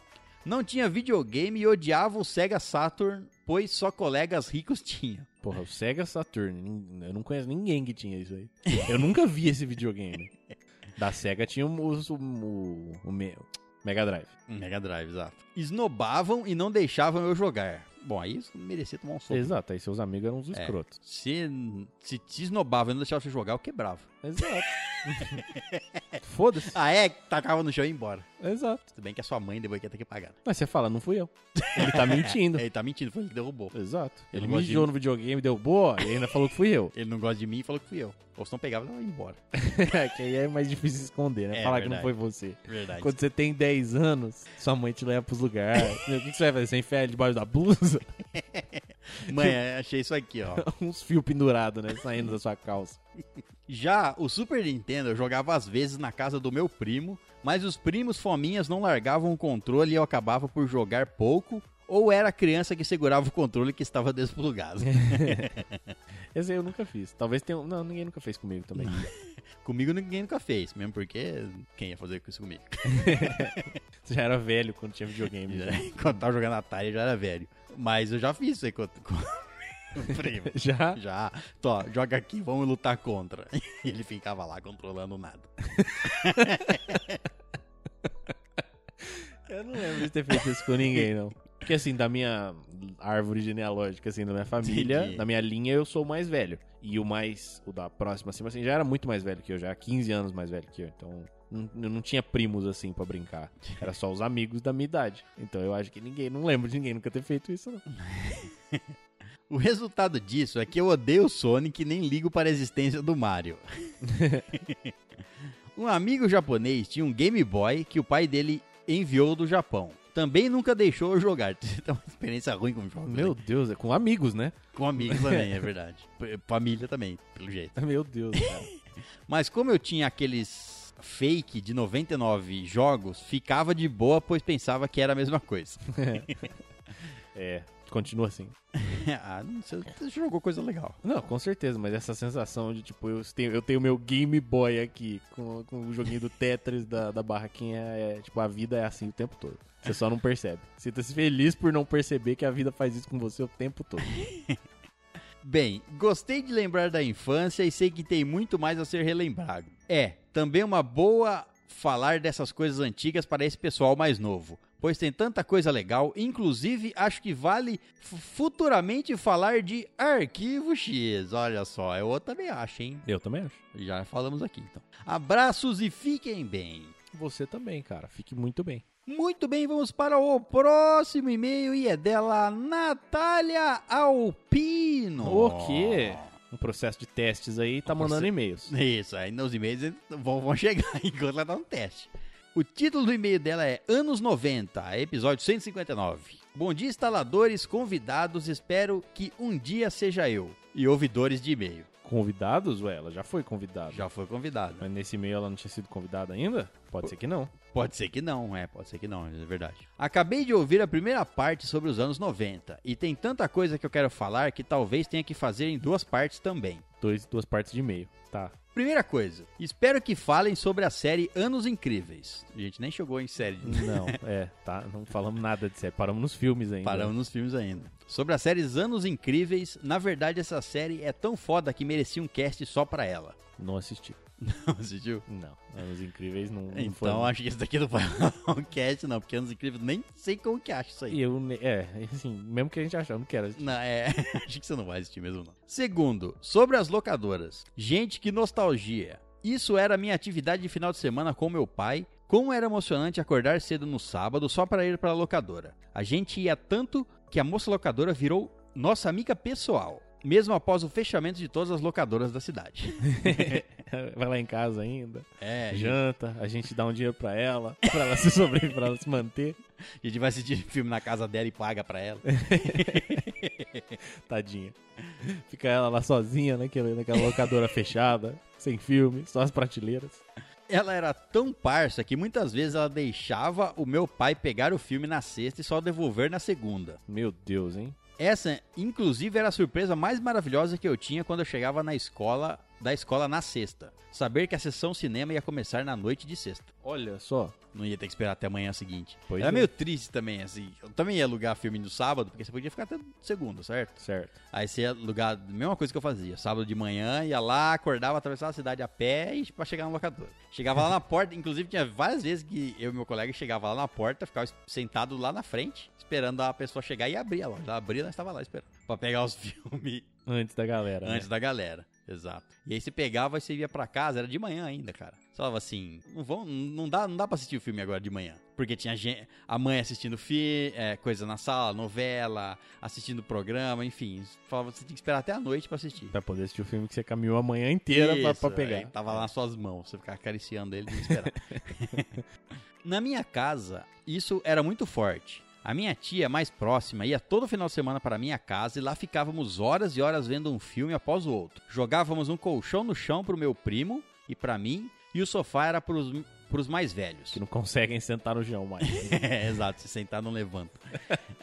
Não tinha videogame e odiava o Sega Saturn, pois só colegas ricos (laughs) tinham. Porra, o Sega Saturn, nin- eu não conheço ninguém que tinha isso aí. Eu nunca vi esse (laughs) videogame. Da Sega tinha o, o, o, o me- Mega Drive. Mega Drive, exato. Esnobavam e não deixavam eu jogar. Bom, aí isso merecia tomar um soco. Exato, aí seus amigos eram uns É. escrotos. Se, se te esnobava e não deixava você jogar, eu quebrava. Exato. (laughs) Foda-se. Ah, é? Tacava no chão e ia embora. Exato. Tudo bem que é sua mãe, depois que ia ter que pagar. Mas você fala, não fui eu. Ele tá mentindo. Ele tá mentindo, foi ele que derrubou. (laughs) Exato. Ele Ele, gosta de mijou mim. no videogame, deu boa, e ainda falou que fui eu. Ele não gosta de mim e falou que fui eu. Ou se não pegava, ele ia embora. (laughs) que aí é mais difícil esconder, né? É, Falar verdade. que não foi você. Verdade. (laughs) Quando você tem 10 anos, sua mãe te leva pros (laughs) lugares. Meu, o que que você vai fazer? Você enfia ele debaixo da blusa? (laughs) Mãe, é, achei isso aqui, ó. Uns fios pendurados, né? Saindo da sua calça. Já o Super Nintendo eu jogava às vezes na casa do meu primo, mas os primos fominhas não largavam o controle e eu acabava por jogar pouco, ou era a criança que segurava o controle que estava desplugado. Esse aí eu nunca fiz. Talvez tenha um... Não, ninguém nunca fez comigo (laughs) também. comigo ninguém nunca fez, mesmo porque quem ia fazer isso comigo? (laughs) Você já era velho quando tinha videogame. né? Já- Já. Quando tava jogando Atari eu já era velho. Mas eu já fiz isso aí com, (laughs) com o primo. já? Já, Tó, joga aqui, vamos lutar contra. (laughs) E ele ficava lá controlando nada. Eu não lembro de ter feito isso com ninguém, não. Porque assim, da minha árvore genealógica, assim, da minha família, Entendi. da minha linha, eu sou o mais velho. E o mais, o da próxima, assim, assim, já era muito mais velho que eu, já era 15 anos mais velho que eu. Então, não- eu não tinha primos, assim, pra brincar. Era só os amigos da minha idade. Então, eu acho que ninguém, não lembro de ninguém nunca ter feito isso, não. O resultado disso é que eu odeio o Sonic e nem ligo para a existência do Mario. um amigo japonês tinha um Game Boy que o pai dele enviou do Japão. Também nunca deixou eu jogar. (laughs) Tem uma experiência ruim com jogos. Meu né? Deus, é com amigos, né? Com amigos também, é verdade. P- Família também, pelo jeito. (laughs) Meu Deus, cara. Mas como eu tinha aqueles fake de 99 jogos, ficava de boa, pois pensava que era a mesma coisa. (laughs) É, continua assim. ah, não sei, você jogou coisa legal. Não, com certeza, mas essa sensação de, tipo, eu tenho, eu tenho meu Game Boy aqui com, com o joguinho (laughs) do Tetris da, da barraquinha, é, tipo, a vida é assim o tempo todo. Você só não percebe. Sinta-se feliz por não perceber que a vida faz isso com você o tempo todo. Bem, gostei de lembrar da infância e sei que tem muito mais a ser relembrado. É, também uma boa falar dessas coisas antigas para esse pessoal mais novo, pois tem tanta coisa legal, inclusive acho que vale fu- futuramente falar de Arquivo X. Olha só, eu também acho, hein? Eu também acho. Já falamos aqui então. Abraços e fiquem bem. Você também, cara. Fique muito bem. Muito bem, vamos para o próximo e-mail e é dela Natália Alpino. O quê? um processo de testes aí e tá Um mandando proce- e-mails. Isso, aí nos e-mails eles vão, vão chegar (laughs) enquanto ela tá no teste. O título do e-mail dela é Anos 90, episódio 159. Bom dia, instaladores, convidados, espero que um dia seja eu. E ouvidores de e-mail. Convidados? Ué, ela já foi convidada. Já foi convidado. né? Mas nesse e-mail ela não tinha sido convidada ainda? Pode ser que não. Pode ser que não, é, pode ser que não, é verdade. Acabei de ouvir a primeira parte sobre os anos 90 e tem tanta coisa que eu quero falar que talvez tenha que fazer em duas partes também. Dois, duas partes de e-mail. Tá. Primeira coisa, espero que falem sobre a série Anos Incríveis. A gente nem chegou em série de Não, é, tá. Não falamos nada de sério. Paramos nos filmes ainda. Paramos nos filmes ainda. Sobre a série Anos Incríveis, na verdade essa série é tão foda que merecia um cast só pra ela. (laughs) Não assisti. Não assistiu? Não. Anos Incríveis não, não foi. Então acho que isso daqui não foi (laughs) um cast não, porque Anos Incríveis nem sei como que acha isso aí. Eu, ne- é, assim, mesmo que a gente achar, eu não quero assistir. Não, é, (laughs) acho que você não vai assistir mesmo não. Segundo, sobre as locadoras. Gente, que nostalgia. Isso era minha atividade de final de semana com meu pai. Como era emocionante acordar cedo no sábado só pra ir pra locadora. A gente ia tanto que a moça locadora virou nossa amiga pessoal, mesmo após o fechamento de todas as locadoras da cidade. (laughs) Vai lá em casa ainda, É, a janta, a gente dá um dinheiro pra ela, (laughs) pra ela se sobreviver, pra ela se manter. gente vai assistir filme na casa dela e paga pra ela. Tadinha. Fica ela lá sozinha, naquela, naquela locadora (laughs) fechada, sem filme, só as prateleiras. Ela era tão parça que muitas vezes ela deixava o meu pai pegar o filme na sexta e só devolver na segunda. Meu Deus, hein? Essa, inclusive, era a surpresa mais maravilhosa que eu tinha quando eu chegava na escola, da escola na sexta. Saber que a sessão cinema ia começar na noite de sexta. Olha só. Não ia ter que esperar até amanhã seguinte. Pois era é. meio triste também, assim. Eu também ia alugar filme no sábado, porque você podia ficar até segunda, certo? Certo. Aí você ia alugar, mesma coisa que eu fazia. Sábado de manhã, ia lá, acordava, atravessava a cidade a pé e tipo, pra chegar no locador. Chegava lá na porta, inclusive tinha várias vezes que eu e meu colega chegava lá na porta, ficava es- sentado lá na frente, esperando a pessoa chegar e abrir a loja. Ela abria, nós estava lá esperando. Pra pegar os (laughs) filmes Antes da galera. né? antes da galera. Exato. E aí você pegava e você ia pra casa, era de manhã ainda, cara. Você falava assim, não, vão, não, dá, não dá pra assistir o filme agora de manhã. Porque tinha gente, a mãe assistindo fi, é, coisa na sala, novela, assistindo programa, enfim. Você Falava, você tinha que esperar até a noite pra assistir. Pra poder assistir o filme que você caminhou a manhã inteira pra, pra Isso, pegar. aí Tava lá nas suas mãos, você ficava acariciando ele e esperar. (laughs) na minha casa, isso era muito forte. A minha tia mais próxima ia todo final de semana para minha casa e lá ficávamos horas e horas vendo um filme após o outro. Jogávamos um colchão no chão pro meu primo e para mim, e o sofá era pros, pros mais velhos. (laughs) Que não conseguem sentar no chão mais. É, exato, se sentar não levanta.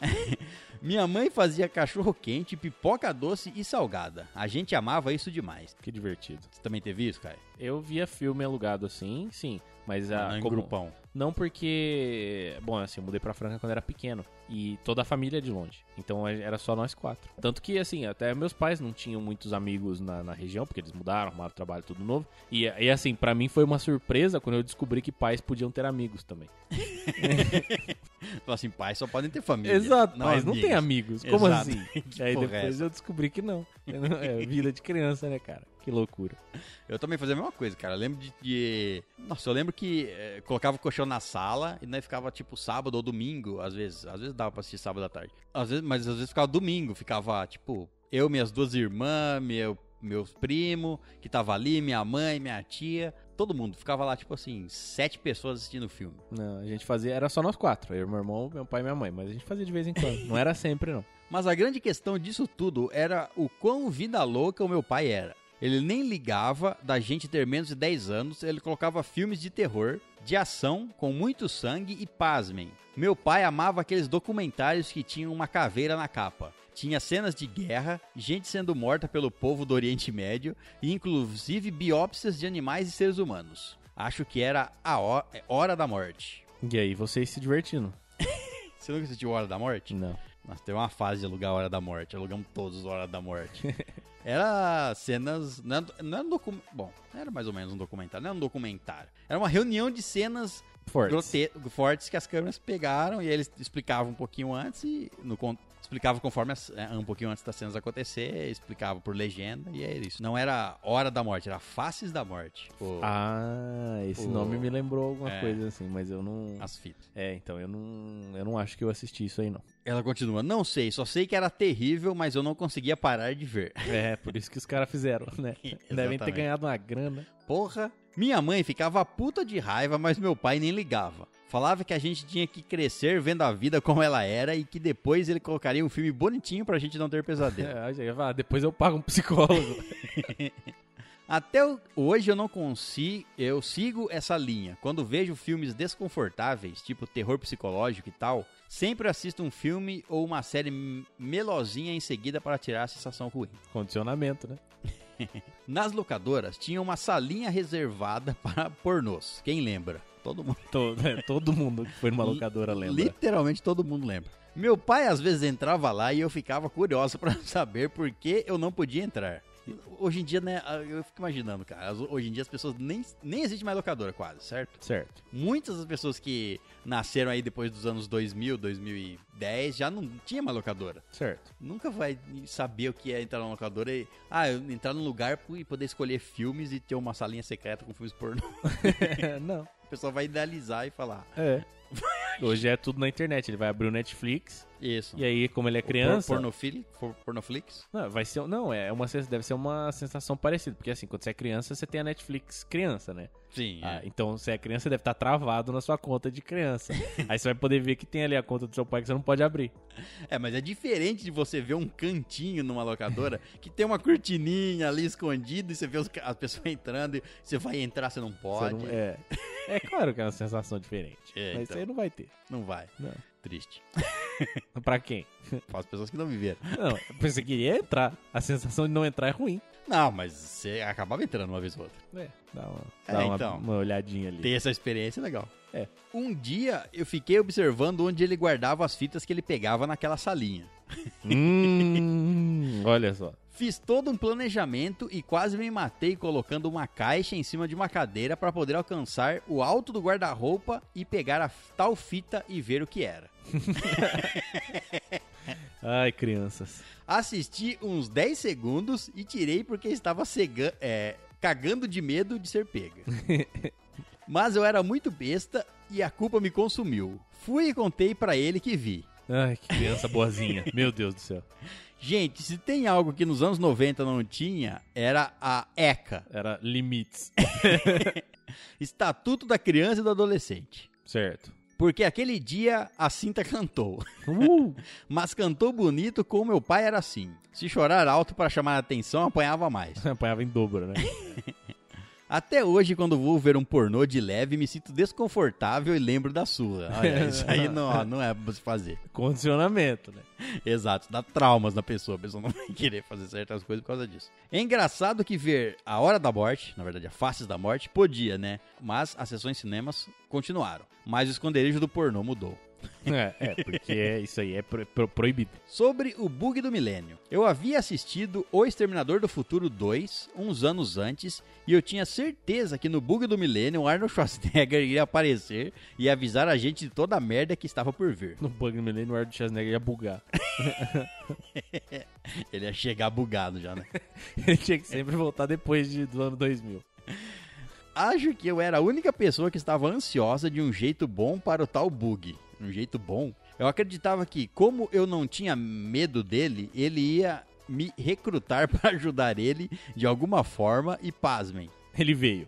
(laughs) Minha mãe fazia cachorro quente, pipoca doce e salgada. A gente amava isso demais. que divertido. Você também teve isso, Caio? Eu via filme alugado assim, sim. Mas a. não, em como- grupão. Não porque. Bom, assim, eu mudei pra Franca quando era pequeno. E toda a família é de longe. Então é- era só nós quatro. Tanto que, assim, até meus pais não tinham muitos amigos na, na região, porque eles mudaram, arrumaram trabalho, tudo novo. E, e assim, pra mim foi uma surpresa quando eu descobri que pais podiam ter amigos também. Fala assim, pais só podem ter família. pais não amigos. têm amigos. Como Exato. assim? (laughs) Que E aí porra é depois eu descobri que não. (laughs) É vida de criança, né, cara? Que loucura. Eu também fazia a mesma coisa, cara. Eu lembro de. de- Nossa, eu lembro que eh, colocava o colchão na sala e nós ficava tipo sábado ou domingo, às vezes. Às vezes dava pra assistir sábado à tarde. Às vezes, mas às vezes ficava domingo, ficava tipo eu, minhas duas irmãs, meu, meus primo que tava ali, minha mãe, minha tia, todo mundo. Ficava lá tipo assim, sete pessoas assistindo o filme. Não, a gente fazia. Era só nós quatro. Eu, meu irmão, meu pai e minha mãe. Mas a gente fazia de vez em quando. Não era sempre, não. Mas a grande questão disso tudo era o quão vida louca o meu pai era. Ele nem ligava da gente ter menos de 10 anos, ele colocava filmes de terror, de ação, com muito sangue e pasmem. Meu pai amava aqueles documentários que tinham uma caveira na capa. Tinha cenas de guerra, gente sendo morta pelo povo do Oriente Médio e inclusive biópsias de animais e seres humanos. Acho que era a ho- é Hora da Morte. E aí vocês se divertindo. Você nunca assistiu Hora da Morte? Não. Nós teve uma fase de alugar a Hora da Morte. Alugamos todos a Hora da (laughs) Morte. Era cenas. Não era, não era um documentário. Bom, era mais ou menos um documentário. Não era um documentário. Era uma reunião de cenas Fortes. grote- fortes que as câmeras pegaram e eles explicavam um pouquinho antes e no con- explicava conforme as- é, um pouquinho antes das cenas acontecer, explicava por legenda e era isso. Não era Hora da Morte, era Faces da Morte. o- Ah, esse O- nome me lembrou alguma É. coisa assim, mas eu não. As fitas. É, então eu não. Eu não acho que eu assisti isso aí, não. Ela continua, não sei, só sei que era terrível, mas eu não conseguia parar de ver. (laughs) É, por isso que os caras fizeram, né? Devem ter Exatamente. ganhado uma grana. Porra! Minha mãe ficava puta de raiva, mas meu pai nem ligava. Falava que a gente tinha que crescer vendo a vida como ela era e que depois ele colocaria um filme bonitinho pra gente não ter pesadelo. (laughs) É, eu já ia falar, depois eu pago um psicólogo. (laughs) Até o- hoje eu não consigo, eu sigo essa linha. Quando vejo filmes desconfortáveis, tipo terror psicológico e tal, sempre assisto um filme ou uma série m- melosinha em seguida para tirar a sensação ruim. Condicionamento, né? Nas locadoras tinha uma salinha reservada (laughs) para pornôs. Quem lembra? Todo mundo. Todo, é, todo mundo que foi numa locadora lembra. Literalmente todo mundo lembra. Meu pai às vezes entrava lá e eu ficava curioso (laughs) pra saber por que eu não podia entrar. Hoje em dia, né, eu fico imaginando, cara, as- hoje em dia as pessoas nem, nem existe mais locadora quase, certo? Certo. Muitas das pessoas que nasceram aí depois dos anos 2000, 2010, já não tinha mais locadora. (laughs) Certo. Nunca vai saber o que é entrar numa locadora e... Ah, eu entrar num lugar e poder escolher filmes e ter uma salinha secreta com filmes pornô. (laughs) É, não. O pessoal vai idealizar e falar, "Ah, É. Hoje é tudo na internet. Ele vai abrir o Netflix. isso. E aí, como ele é criança. Então, Por, pornofili- por- pornoflix? Não, vai ser, não é uma, sens- deve ser uma sensação parecida. Porque assim, quando você é criança, você tem a Netflix criança, né? Sim. é. Ah, então, se é criança, você deve estar travado na sua conta (laughs) de criança. Aí você vai poder ver que tem ali a conta do seu pai que você não pode abrir. É, mas é diferente de você ver um cantinho numa locadora (laughs) que tem uma cortininha ali escondida e você vê os ca- as pessoas (laughs) entrando e você vai entrar, você não Você pode. não- é. (laughs) é claro que é uma sensação diferente. É, então. mas isso aí não vai ter. não vai. Não. Triste. Pra quem? Para as pessoas que não viveram. Não, você queria entrar. A sensação de não entrar é ruim. Não, mas você acabava entrando uma vez ou outra. É, dá uma, É, dá uma, então. uma olhadinha ali. Ter essa experiência é legal. É. Um dia eu fiquei observando onde ele guardava as fitas que ele pegava naquela salinha. (laughs) Hum, olha só. Fiz todo um planejamento e quase me matei colocando uma caixa em cima de uma cadeira para poder alcançar o alto do guarda-roupa e pegar a tal fita e ver o que era. Ai, crianças. Assisti uns 10 segundos e tirei porque estava cega- é, cagando de medo de ser pega. Mas eu era muito besta e a culpa me consumiu. Fui e contei pra ele que vi. Ai, que criança (laughs) boazinha. Meu Deus do céu. Gente, se tem algo que nos anos 90 não tinha, era a ECA, Era limites. Estatuto da Criança e do Adolescente. Certo. Porque aquele dia a Cinta (laughs) cantou, Uh, (laughs) mas cantou bonito como meu pai era assim. Se chorar alto pra chamar a atenção, apanhava mais. apanhava em dobro, né? Até hoje, quando vou ver um pornô de leve, me sinto desconfortável e lembro da surra. Olha, isso aí não, não é pra se fazer. Condicionamento, né? Exato, dá traumas na pessoa. A pessoa não vai querer fazer certas coisas por causa disso. É engraçado que ver A Hora da Morte, na verdade, A Faces da Morte, podia, né? Mas as sessões cinemas continuaram. Mas o esconderijo do pornô mudou. É, é, porque é- isso aí é pro- pro- proibido. Sobre o bug do milênio. Eu havia assistido O Exterminador do Futuro 2 uns anos antes e eu tinha certeza que no bug do milênio o Arnold (laughs) Schwarzenegger iria aparecer e avisar a gente de toda a merda que estava por vir. No Bug Millennium, o Arnold Schwarzenegger ia bugar. (laughs) Ele ia chegar bugado já, né? Ele tinha que sempre voltar depois de- do ano 2000. Acho que eu era a única pessoa que estava ansiosa de um jeito bom para o tal bug. Um jeito bom? Eu acreditava que, como eu não tinha medo dele, ele ia me recrutar (laughs) para ajudar ele de alguma forma e pasmem. Ele veio.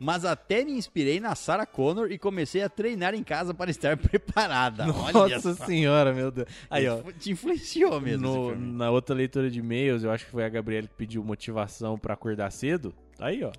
Mas até me inspirei na Sarah Connor e comecei a treinar em casa para estar (laughs) preparada. Ah, Olha Nossa só. senhora, meu Deus. Aí, ó. Influ- Te influenciou mesmo. no- esse filme. na outra leitura de e-mails, eu acho que foi a Gabriela que pediu motivação pra acordar cedo. Aí, (laughs) ó.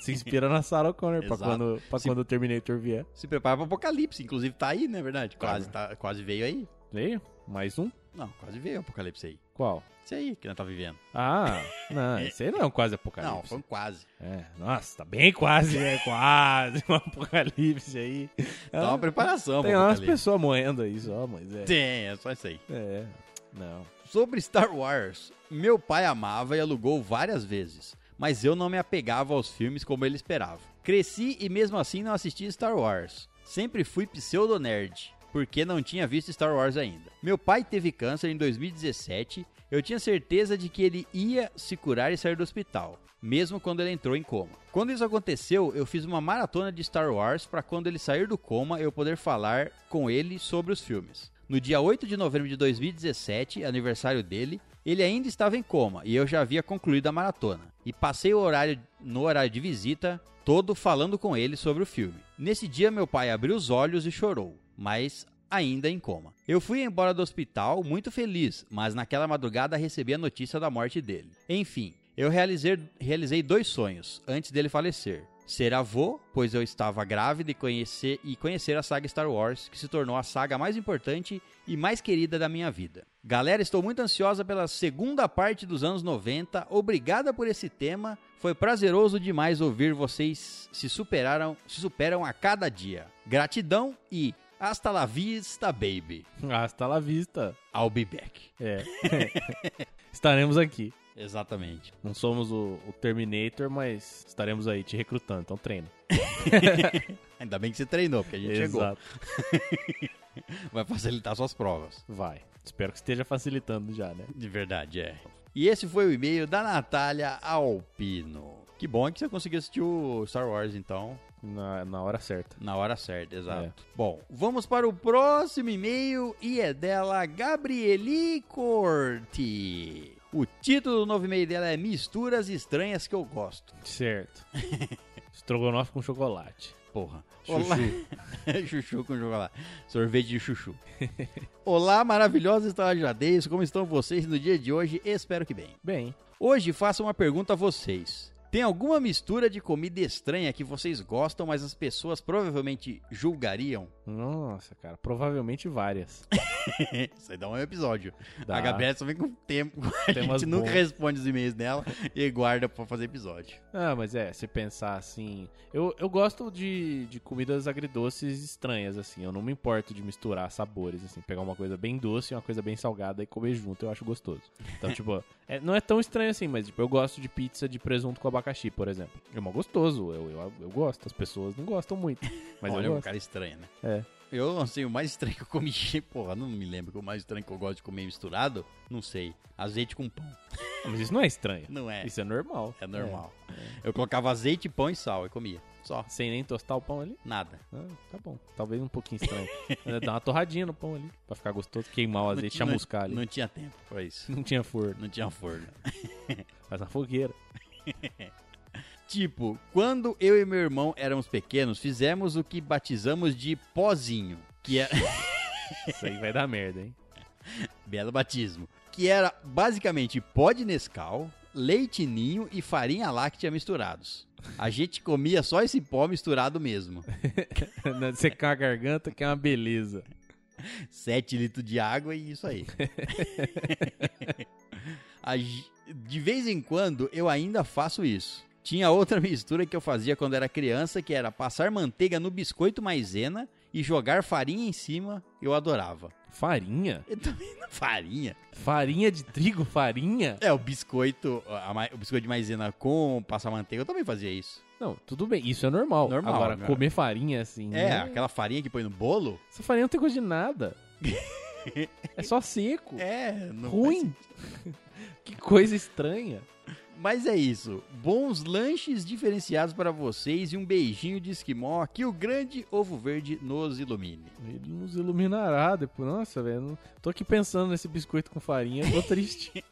Se inspira na Sarah O'Connor pra, Exato. quando, pra Se- quando o Terminator vier. Se prepara para o apocalipse, inclusive tá aí, não é verdade? Quase, tá- quase veio aí. Veio? Mais um? Não, quase veio o apocalipse aí. Qual? Isso aí que nós tá vivendo. Ah, (laughs) não, isso aí não é um quase Não, apocalipse. foi um quase. É, nossa, tá bem quase, né? Quase um apocalipse aí. Dá uma preparação É, Tem pro umas apocalipse. pessoas morrendo aí só, mas é. Tem, é só isso aí. É. Não. Sobre Star Wars, meu pai amava e alugou várias vezes, mas eu não me apegava aos filmes como ele esperava. Cresci e mesmo assim não assisti Star Wars. Sempre fui pseudo-nerd, porque não tinha visto Star Wars ainda. Meu pai teve câncer em 2017. Eu tinha certeza de que ele ia se curar e sair do hospital, mesmo quando ele entrou em coma. Quando isso aconteceu, eu fiz uma maratona de Star Wars para quando ele sair do coma eu poder falar com ele sobre os filmes. No dia 8 de novembro de 2017, aniversário dele, ele ainda estava em coma e eu já havia concluído a maratona. E passei o horário no horário de visita todo falando com ele sobre o filme. Nesse dia meu pai abriu os olhos e chorou, mas ainda em coma. Eu fui embora do hospital muito feliz, mas naquela madrugada recebi a notícia da morte dele. Enfim, eu realizei, realizei dois sonhos antes dele falecer ser avô, pois eu estava grávida e conhecer, e conhecer a saga Star Wars, que se tornou a saga mais importante e mais querida da minha vida. Galera, estou muito ansiosa pela segunda parte dos anos 90. Obrigada por esse tema. Foi prazeroso demais ouvir vocês se superaram, se superam a cada dia. Gratidão e hasta la vista, baby. Hasta la vista. I'll be back. É. (laughs) Estaremos aqui. Exatamente. Não somos o, o Terminator, mas estaremos aí te recrutando, então treina. Ainda bem que você treinou, porque a gente chegou. Exato. Vai facilitar suas provas. Vai. Espero que esteja facilitando já, né? De verdade, é. E esse foi o e-mail da Natália Alpino. Que bom que você conseguiu assistir o Star Wars, então, Na, na hora certa. na hora certa, exato. Bom, vamos para o próximo e-mail e é dela Gabrieli Corti. O título do novo e-mail dela é Misturas Estranhas que eu gosto. (laughs) Certo. Estrogonofe com chocolate. Porra. Chuchu. Olá. (laughs) chuchu com chocolate. Sorvete de chuchu. (laughs) Olá, maravilhosos estalajadeiros. Como estão vocês no dia de hoje? Espero que bem. Bem, Hoje faço uma pergunta a vocês. Tem alguma mistura de comida estranha que vocês gostam, mas as pessoas provavelmente julgariam? (laughs) nossa, cara, provavelmente várias. Isso aí dá um episódio. (laughs) Dá. A Gabriela só vem com tempo. (laughs) A Temas gente nunca bons. responde os e-mails dela (laughs) e guarda pra fazer episódio. Ah, mas é, se pensar assim. Eu, eu gosto de, de comidas agridoces estranhas, assim. Eu não me importo de misturar sabores, assim. Pegar uma coisa bem doce e uma coisa bem salgada e comer junto, eu acho gostoso. (laughs) Então, tipo, é- não é tão estranho assim, mas, tipo, eu gosto de pizza de presunto com abacaxi, por exemplo. É mó gostoso, eu, eu, eu gosto. As pessoas não gostam muito, mas Olha, eu um gosto. cara estranho, né? É. Eu, assim, o mais estranho que eu comi, (laughs) porra, não me lembro que o mais estranho que eu gosto de comer misturado, não sei. Azeite com pão. Mas isso não é estranho. Não é. Isso é normal. É normal. Eu colocava azeite, pão e sal e comia. Só. É. Sem nem tostar o pão ali? Nada. Ah, tá bom. Talvez um pouquinho estranho. (laughs) É, Dá uma torradinha no pão ali, pra ficar gostoso, queimar o azeite, não, chamuscar ali. não tinha tempo pra isso. Não tinha forno, Não tinha forno. faz (laughs) na fogueira. Tipo, quando eu e meu irmão éramos pequenos, fizemos o que batizamos de pozinho, que é era Isso aí vai dar merda, hein? (laughs) (laughs) belo batismo, que era basicamente pó de Nescau, leite ninho e farinha láctea misturados. A gente comia só esse pó misturado mesmo. Na- Secar a garganta que é uma beleza. 7 litros de água e isso aí. A ge- de vez em quando eu ainda faço isso. Tinha outra (laughs) mistura que eu fazia quando era criança, que era passar manteiga no biscoito maisena e jogar farinha em cima. Eu adorava. Farinha? Eu também não- (laughs) farinha. Farinha de trigo? Farinha? É, o biscoito, a ma- o biscoito de maisena com passar manteiga, eu também fazia isso. Não, tudo bem, isso é normal. Normal, Agora, cara. comer farinha assim. É, né? aquela farinha que põe no bolo. Essa farinha não tem gosto (laughs) de nada. é só seco. É, não faz ruim. (laughs) que coisa estranha. Mas é isso. Bons lanches diferenciados para vocês e um beijinho de esquimó que o grande ovo verde nos ilumine. Ele nos iluminará depois. Nossa, velho. não- Tô aqui pensando nesse biscoito com farinha. Tô (laughs) triste.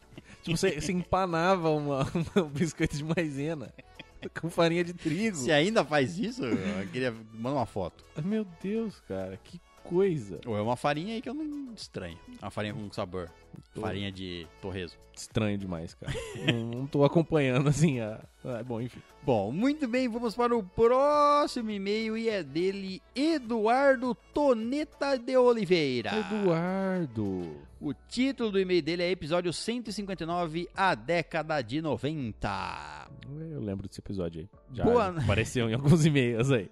tipo, você, você empanava uma, um biscoito de maisena com farinha de trigo. Você ainda faz isso? Eu queria mandar uma foto. Meu Deus, cara. Que coisa. Ou é uma farinha aí que eu não estranho. Uma farinha com sabor. Farinha de torresmo. Estranho demais, cara. não, não tô acompanhando, assim, a... Ah, bom, enfim. Bom, muito bem, vamos para o próximo e-mail e é dele Eduardo Toneta de Oliveira. Eduardo. O título do e-mail dele é episódio 159, a década de 90. Eu lembro desse episódio aí. Já Boa- né? apareceu em alguns e-mails aí.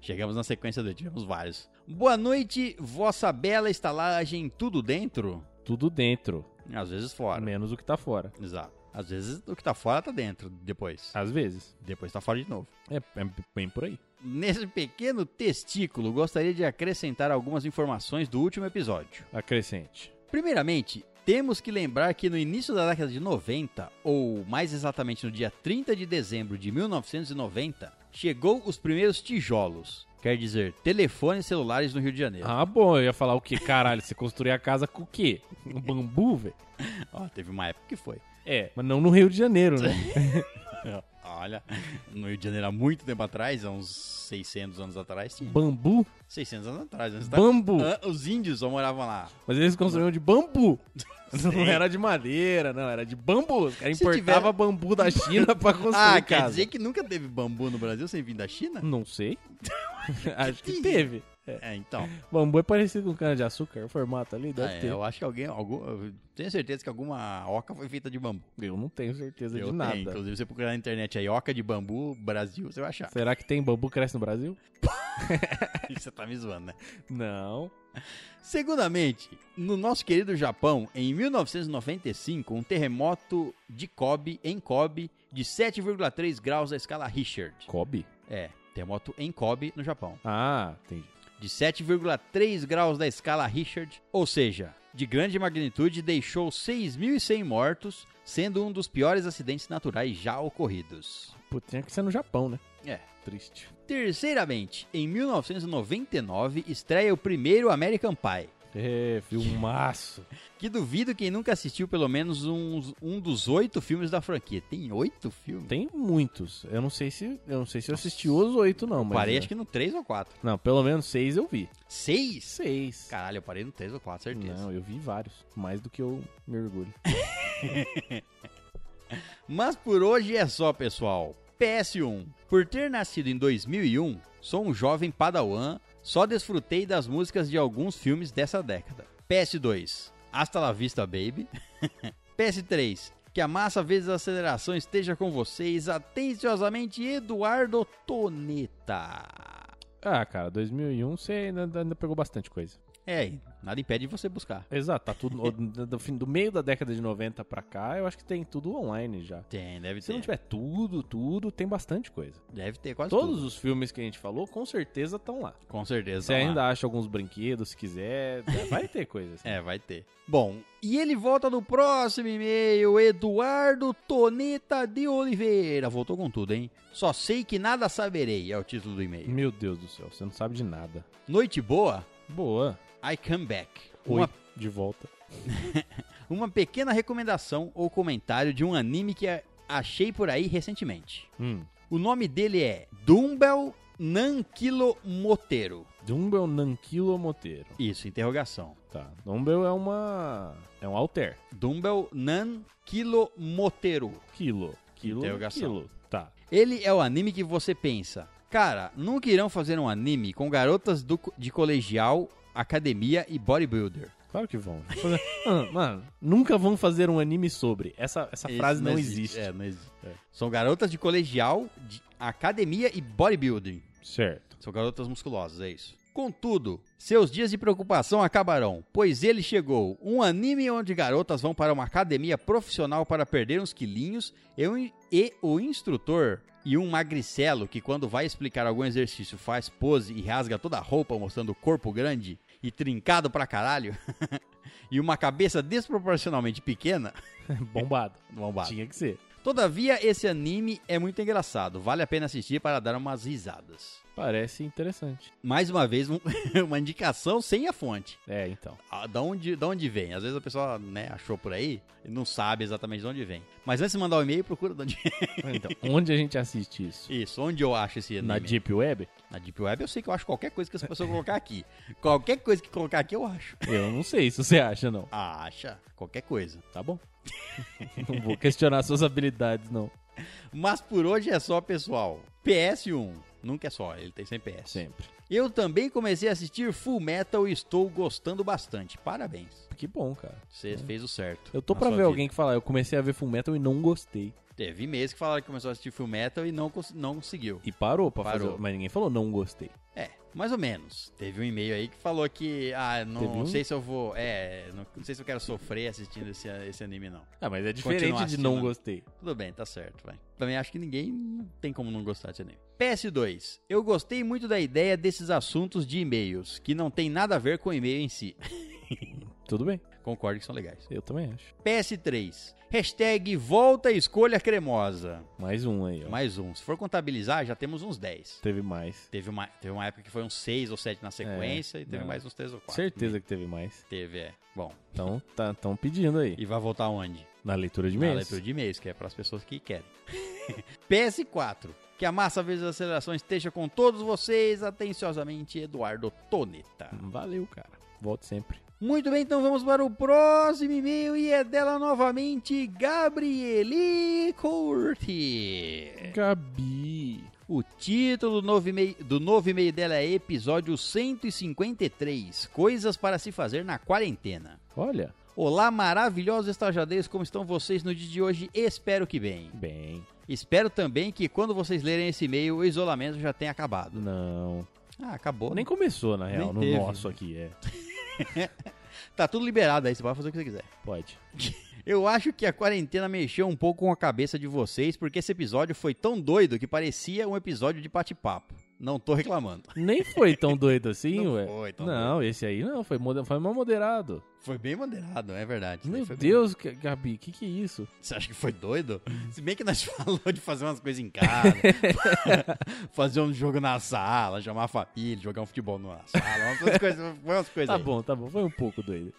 Chegamos na sequência do tivemos vários. Boa noite, vossa bela estalagem, tudo dentro? Tudo dentro, Às vezes fora. menos o que tá fora. Exato. Às vezes o que tá fora tá dentro depois. Às vezes. Depois tá fora de novo. É, é bem por aí. Nesse pequeno testículo, gostaria de acrescentar algumas informações do último episódio. Acrescente. Primeiramente, temos que lembrar que no início da década de 90, ou mais exatamente no dia 30 de dezembro de 1990, chegou os primeiros tijolos. Quer dizer, telefones celulares no Rio de Janeiro. Ah, bom, eu ia falar o que, caralho? Você construiu a casa com o (laughs) quê? Um bambu, velho? Ó, teve uma época que foi. É, mas não no Rio de Janeiro, (laughs) né? Olha, no Rio de Janeiro há muito tempo atrás, há uns 600 anos atrás, tinha. Bambu? 600 anos atrás. né? Você tá- Bambu. Ah, Os índios só moravam lá. Mas eles construíram de bambu. (laughs) Não Sei. era de madeira, não, era de bambu. Os caras Se tiver- importavam bambu da China pra construir Ah, quer casa. dizer que nunca teve bambu no Brasil sem vir da China? Não sei. (laughs) Acho que tinha. teve. É, então. Bambu é parecido com cana-de-açúcar, o formato ali, (laughs) deve Ah, é, ter. eu acho que alguém. Algum, eu tenho certeza que alguma oca foi feita de bambu. Eu não tenho certeza eu de tenho. nada. Inclusive, você procurar na internet aí, oca de bambu, Brasil, você vai (laughs) achar. Será que tem bambu que cresce no Brasil? você tá me zoando, né? Não. Segundamente, no nosso querido Japão, em 1995, um terremoto de Kobe, em Kobe, de 7,3 graus da escala Richard. Kobe? É, terremoto em Kobe, no Japão. Ah, entendi. De 7,3 graus da escala Richard, ou seja, de grande magnitude, deixou 6.100 mortos, sendo um dos piores acidentes naturais já ocorridos. Pô, tinha que ser no Japão, né? É. Triste. Terceiramente, em 1999, estreia o primeiro American Pie. É, filmaço. Que duvido quem nunca assistiu pelo menos uns- um dos oito filmes da franquia. Tem oito filmes? Tem muitos. Eu não sei se eu não sei se eu assisti os oito, não, um, mas. é. Parei acho que no três ou quatro. Não, pelo menos seis eu vi. Seis? Seis. Caralho, eu parei no três ou quatro, certeza. Não, eu vi vários. Mais do que eu me orgulho. Mas por hoje é só, pessoal. PS1. Por ter nascido em 2001, sou um jovem padawan, só desfrutei das músicas de alguns filmes dessa década. PS2. Hasta la vista, baby. (laughs) PS3. Que a massa vezes a aceleração esteja com vocês. Atenciosamente, Eduardo Toneta. Ah, cara, 2001 você ainda, ainda pegou bastante coisa. É, nada impede de você buscar. Exato, tá tudo. o- (laughs) do, do fim- do meio da década de 90 pra cá, eu acho que tem tudo online já. Tem, deve Se ter. não tiver tudo, tudo, tem bastante coisa. Deve ter quase Todos tudo. os filmes que a gente falou, com certeza estão lá. Com certeza. Você tá lá. ainda acha alguns brinquedos, se quiser, vai ter coisa assim. É, vai ter. Bom, e ele volta no próximo e-mail, Eduardo Toneta de Oliveira. Voltou com tudo, hein? Só sei que nada saberei, (laughs) é o título do e-mail. Meu Deus do céu, você não sabe de nada. Noite boa, Boa. I come back. Oi, Uma, de volta. uma pequena recomendação ou comentário de um anime que a- achei por aí recentemente. Hum. O nome dele é Dumbbell Nankilo Motero. Dumbbell Nankilo um Moteiro. Isso, interrogação. Tá. Dumbbell é uma. É um alter. Dumbbell Nankilo Motero. Quilo. Quilo. é Interrogação. Quilo. Tá. Ele é o anime que você pensa. Cara, nunca irão fazer um anime com garotas do co- de colegial, academia e bodybuilder. Claro que vão. Fazer- (laughs) Ah, mano, nunca vão fazer um anime sobre. Essa, essa frase não, existe. É, não existe. É. São garotas de colegial, de academia e bodybuilding. (laughs) Certo. São garotas musculosas, é isso. Contudo, seus dias de preocupação acabarão, pois ele chegou. Um anime onde garotas vão para uma academia profissional para perder uns quilinhos e, um- e o instrutor e um magricelo que quando vai explicar algum exercício faz pose e rasga toda a roupa mostrando o corpo grande e trincado pra caralho (laughs) e uma cabeça desproporcionalmente pequena. (laughs) Bombado. Lombado. Tinha que ser. Todavia, esse anime é muito engraçado. Vale a pena assistir para dar umas risadas. Parece interessante. Mais uma vez, um- (laughs) uma indicação sem a fonte. É, então. Ah, Da onde, da onde vem? Às vezes a pessoa né, achou por aí e não sabe exatamente de onde vem. Mas antes de mandar o e-mail, procura de onde é então. Onde a gente assiste isso? Isso, onde eu acho esse anime. Na Deep Web? Na Deep Web eu sei que eu acho qualquer coisa que as pessoas colocar aqui. Qualquer coisa que colocar aqui eu acho. Eu não sei se você acha, não. Ah, acha. Qualquer coisa. Tá bom. não vou questionar suas habilidades, não. Mas por hoje é só, pessoal. PS1. Nunca é só, ele tem sempre PS. Sempre. Eu também comecei a assistir Full Metal e estou gostando bastante. Parabéns. Que bom, cara. Você fez o certo. É. Eu tô na pra sua ver vida. alguém que fala, eu comecei a ver Fullmetal e não gostei. Teve mês que falaram que começou a assistir Full Metal e não, cons- não conseguiu. E parou pra Parou. fazer. Mas ninguém falou não gostei. É, Mais ou menos. Teve um e-mail aí que falou que, ah, Teve não um? sei se eu vou, é, não, não sei se eu quero sofrer assistindo esse, esse anime, não. Ah, mas é Continua diferente de não assistindo. gostei. Tudo bem, tá certo, vai. Também acho que ninguém não tem como não gostar desse anime. PS2. Eu gostei muito da ideia desses assuntos de e-mails, que não tem nada a ver com o e-mail em si. (laughs) Tudo bem, Concordo que são legais. eu também acho. PS3. Hashtag volta escolha cremosa. Mais um aí, ó. Mais um. Se for contabilizar, já temos uns 10. Teve mais. Teve uma, teve uma época que foi uns 6 ou 7 na sequência e teve não. mais uns 3 ou 4. É, Certeza que teve mais. Teve, é. Bom, Então, tá, tão pedindo aí. e vai voltar onde? Na leitura de Na e-mails. leitura de e-mails, que é para as pessoas que querem. (laughs) PS4. Que a massa vezes as acelerações esteja com todos vocês, atenciosamente, Eduardo Toneta. Valeu, cara. Volte sempre. Muito bem, então vamos para o próximo e-mail e é dela novamente, Gabrieli Curti. Gabi. O título do novo e-mail, do novo e-mail dela é Episódio 153, Coisas para se fazer na quarentena. Olha, Olá, maravilhosos estajadeiros, como estão vocês no dia de hoje? Espero que bem. bem. Espero também que quando vocês lerem esse e-mail, o isolamento já tenha acabado. Não. Ah, acabou. Nem começou, na real, Nem no teve. nosso aqui, é. Tá tudo liberado aí, você pode fazer o que você quiser. (laughs) Pode. Eu acho que a quarentena mexeu um pouco com a cabeça de vocês, porque esse episódio foi tão doido que parecia um episódio de bate-papo. Não tô reclamando. Nem foi tão doido assim, Não ué. foi tão não, esse aí não, foi, moder... foi mais moderado. Foi bem moderado, é verdade. Isso daí Meu foi bem- Deus, Ga- Gabi, o que, que é isso? Você acha que foi doido? Se bem que nós (laughs) falou de fazer umas coisas em casa, (laughs) fazer um jogo na sala, chamar a família, jogar um futebol na sala, umas coisas, foi umas coisas (laughs) Tá aí. bom, tá bom, foi um pouco doido.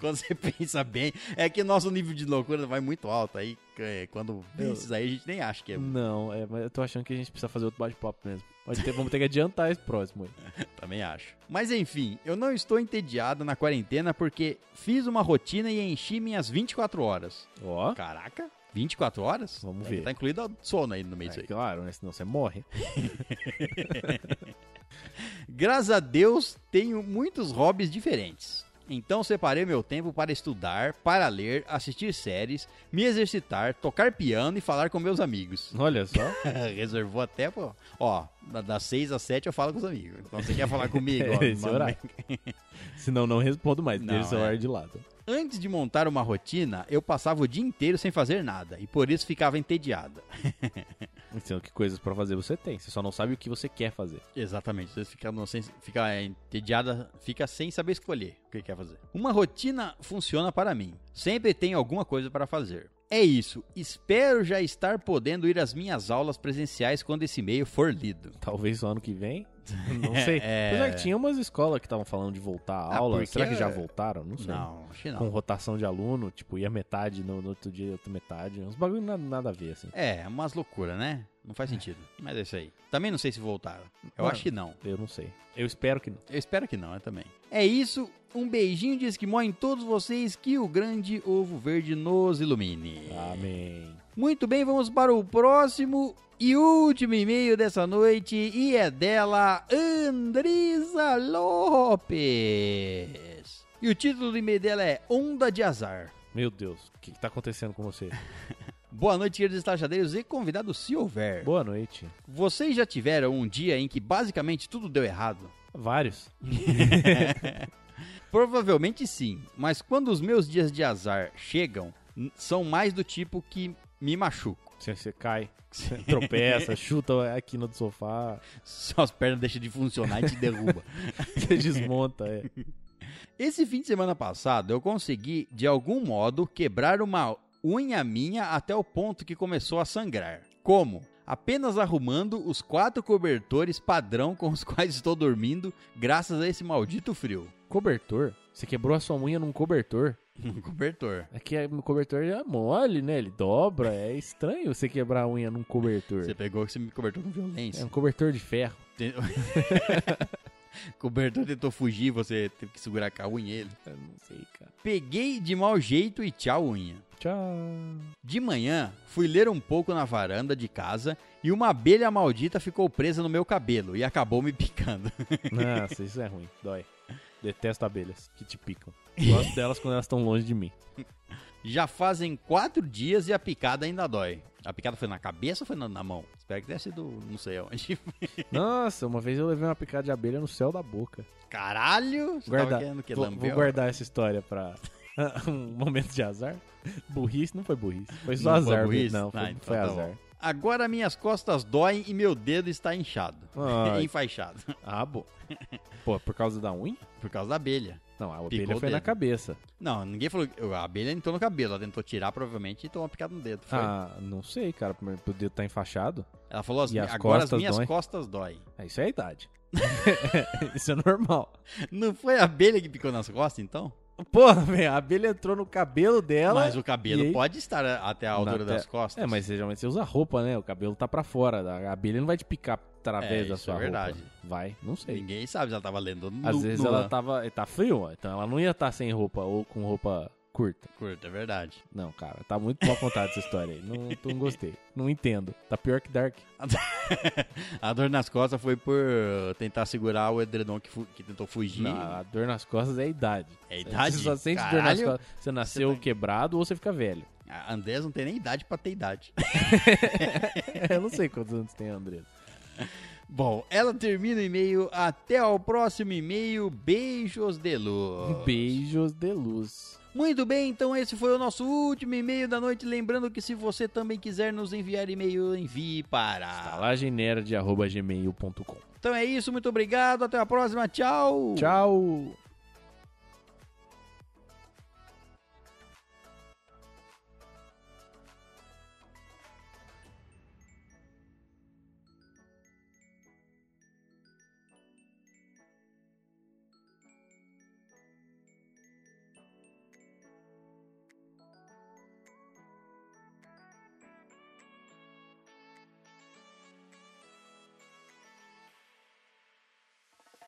Quando você (laughs) pensa bem, é que nosso nível de loucura vai muito alto. Aí é, quando vê Eu- isso aí, a gente nem acha que é. Não, é, mas eu tô achando que a gente precisa fazer outro bate-papo mesmo. Pode ter- vamos ter que adiantar (laughs) esse próximo aí. Também acho. Mas enfim, eu não estou entediado na quarentena porque fiz uma rotina e enchi minhas 24 horas. Ó, Caraca, 24 horas? Vamos Tá- ver. Tá incluído o sono aí no meio disso é, aí. claro, né? Senão você morre. Graças a Deus, tenho muitos hobbies diferentes. Então separei meu tempo para estudar, para ler, assistir séries, me exercitar, tocar piano e falar com meus amigos. Olha só. (laughs) Reservou até, pô. Ó, da- das 6 às 7 eu falo com os amigos. Então você quer falar comigo? (laughs) ó, Esse manda- horário. Senão não respondo mais, Não, deixa o celular é. de lado. Antes de montar uma rotina, eu passava o dia inteiro sem fazer nada e por isso ficava entediada. Sendo Então, que coisas pra fazer você tem, você só não sabe o que você quer fazer. Exatamente, você fica, no- sem- fica é, entediada, fica sem saber escolher o que quer fazer. Uma rotina funciona para mim. Sempre tem alguma coisa para fazer. É isso. Espero já estar podendo ir às minhas aulas presenciais quando esse e-mail for lido. Talvez só ano (laughs) que vem? Não sei. É. Apesar que tinha umas escolas que estavam falando de voltar à Ah, aula. porque- Será que já voltaram? Não sei. Não, acho que não. Com rotação de aluno, tipo, ia metade, no, no outro dia ia outra metade. Uns bagulho na- nada a ver, assim. É, umas loucuras, né? Não faz sentido. Mas é isso aí. Também não sei se voltaram. Eu Mano. acho que não. Eu não sei. Eu espero que não. Eu espero que não, é também. É isso. Um beijinho de esquimó em todos vocês. Que o grande ovo verde nos ilumine. É. Ah, Amém. Muito bem, vamos para o próximo e último e-mail dessa noite. E é dela, Andrisa Lopes. E o título do e-mail dela é Onda de Azar. Meu Deus, o que, que tá acontecendo com você? (laughs) Boa noite, queridos estajadeiros e convidados, se houver. Boa noite. Vocês já tiveram um dia em que basicamente tudo deu errado? Vários. Provavelmente sim, mas quando os meus dias de azar chegam, n- são mais do tipo que me machuco. (laughs) Você, você cai, (laughs) você tropeça, chuta aqui no sofá, (laughs) Suas pernas deixam de funcionar e te derruba. você desmonta. É. Esse fim de semana passado, eu consegui, de algum modo, quebrar uma unha minha até o ponto que começou a sangrar. Como? Apenas arrumando os quatro cobertores padrão com os (laughs) quais estou dormindo, graças a esse maldito frio. Cobertor? Você quebrou a sua unha num cobertor? Um cobertor. É que o cobertor é mole, né? Ele dobra. É estranho você quebrar a unha num cobertor. Você pegou que você me cobertou com É violência. um cobertor de ferro. Te- (laughs) cobertor tentou fugir, você teve que segurar com a unha ele. Eu não sei, cara. Peguei de mau jeito e tchau, unha. Tchau. De manhã, fui ler um pouco na varanda de casa e uma abelha maldita ficou presa no meu cabelo e acabou me (laughs) picando. Nossa, isso é ruim. (laughs) Dói. Detesto abelhas que te picam. Gosto delas quando elas estão longe de mim. Já fazem quatro dias e a picada ainda dói. A picada foi na cabeça ou foi na, na mão? Espero que tenha sido, não sei onde. Nossa, uma vez eu levei uma picada de abelha no céu da boca. (laughs) Caralho! Você Guarda- tava querendo que vou, lambeu? vou guardar essa história pra (laughs) um momento de azar. Burrice não foi burrice. Foi só Não foi azar. viu? burrice? Não, foi, Ah, então foi tá azar. bom. (laughs) Agora minhas costas doem e meu dedo está inchado. Ai. (laughs) Enfaixado. Ah, bom. (laughs) Pô, por causa da unha? Por causa da abelha. Não, a Picou abelha o foi na dedo. cabeça. Não, ninguém falou. A abelha entrou no cabelo. Ela tentou tirar, provavelmente, e tomou uma picada no dedo. Foi. Ah, não sei, cara. O dedo tá enfaixado. Ela falou assim: E as agora as costas minhas doem? costas doem. Ah, isso é a idade. (laughs) isso é normal. Não foi a abelha que picou nas costas, então? Porra, velho, a abelha entrou no cabelo dela. Mas o e cabelo aí? pode estar até a Na altura até- das costas. É, mas geralmente você usa roupa, né? O cabelo tá pra fora. A abelha não vai te picar É, através da isso sua é verdade. roupa. Vai, não sei. Ninguém sabe se ela tava lendo nu, Às vezes nua. ela tava. Tá frio, ó, então ela não ia estar sem roupa ou com roupa curta. Curta, é verdade. (laughs) Não, cara, tá muito mal contada essa história aí. Não, não gostei. Não entendo. Tá pior que Dark. A dor nas costas foi por tentar segurar o edredom que, fu- que tentou fugir. Não, a dor nas costas é a idade. É a idade? Você só sente dor nas Caralho. costas. Você nasceu Você tá- quebrado ou você fica velho. (laughs) A Andrés não tem nem idade pra ter idade. (laughs) Eu não sei quantos anos tem, André. Bom, ela termina o e-mail. Até o próximo e-mail. Beijos de luz. Beijos de luz. Muito bem, então esse foi o nosso último e-mail da noite. Lembrando que se você também quiser nos enviar e-mail, envie para. Estalagenerd.gmail.com Então é isso, muito obrigado. Até a próxima. Tchau. Tchau!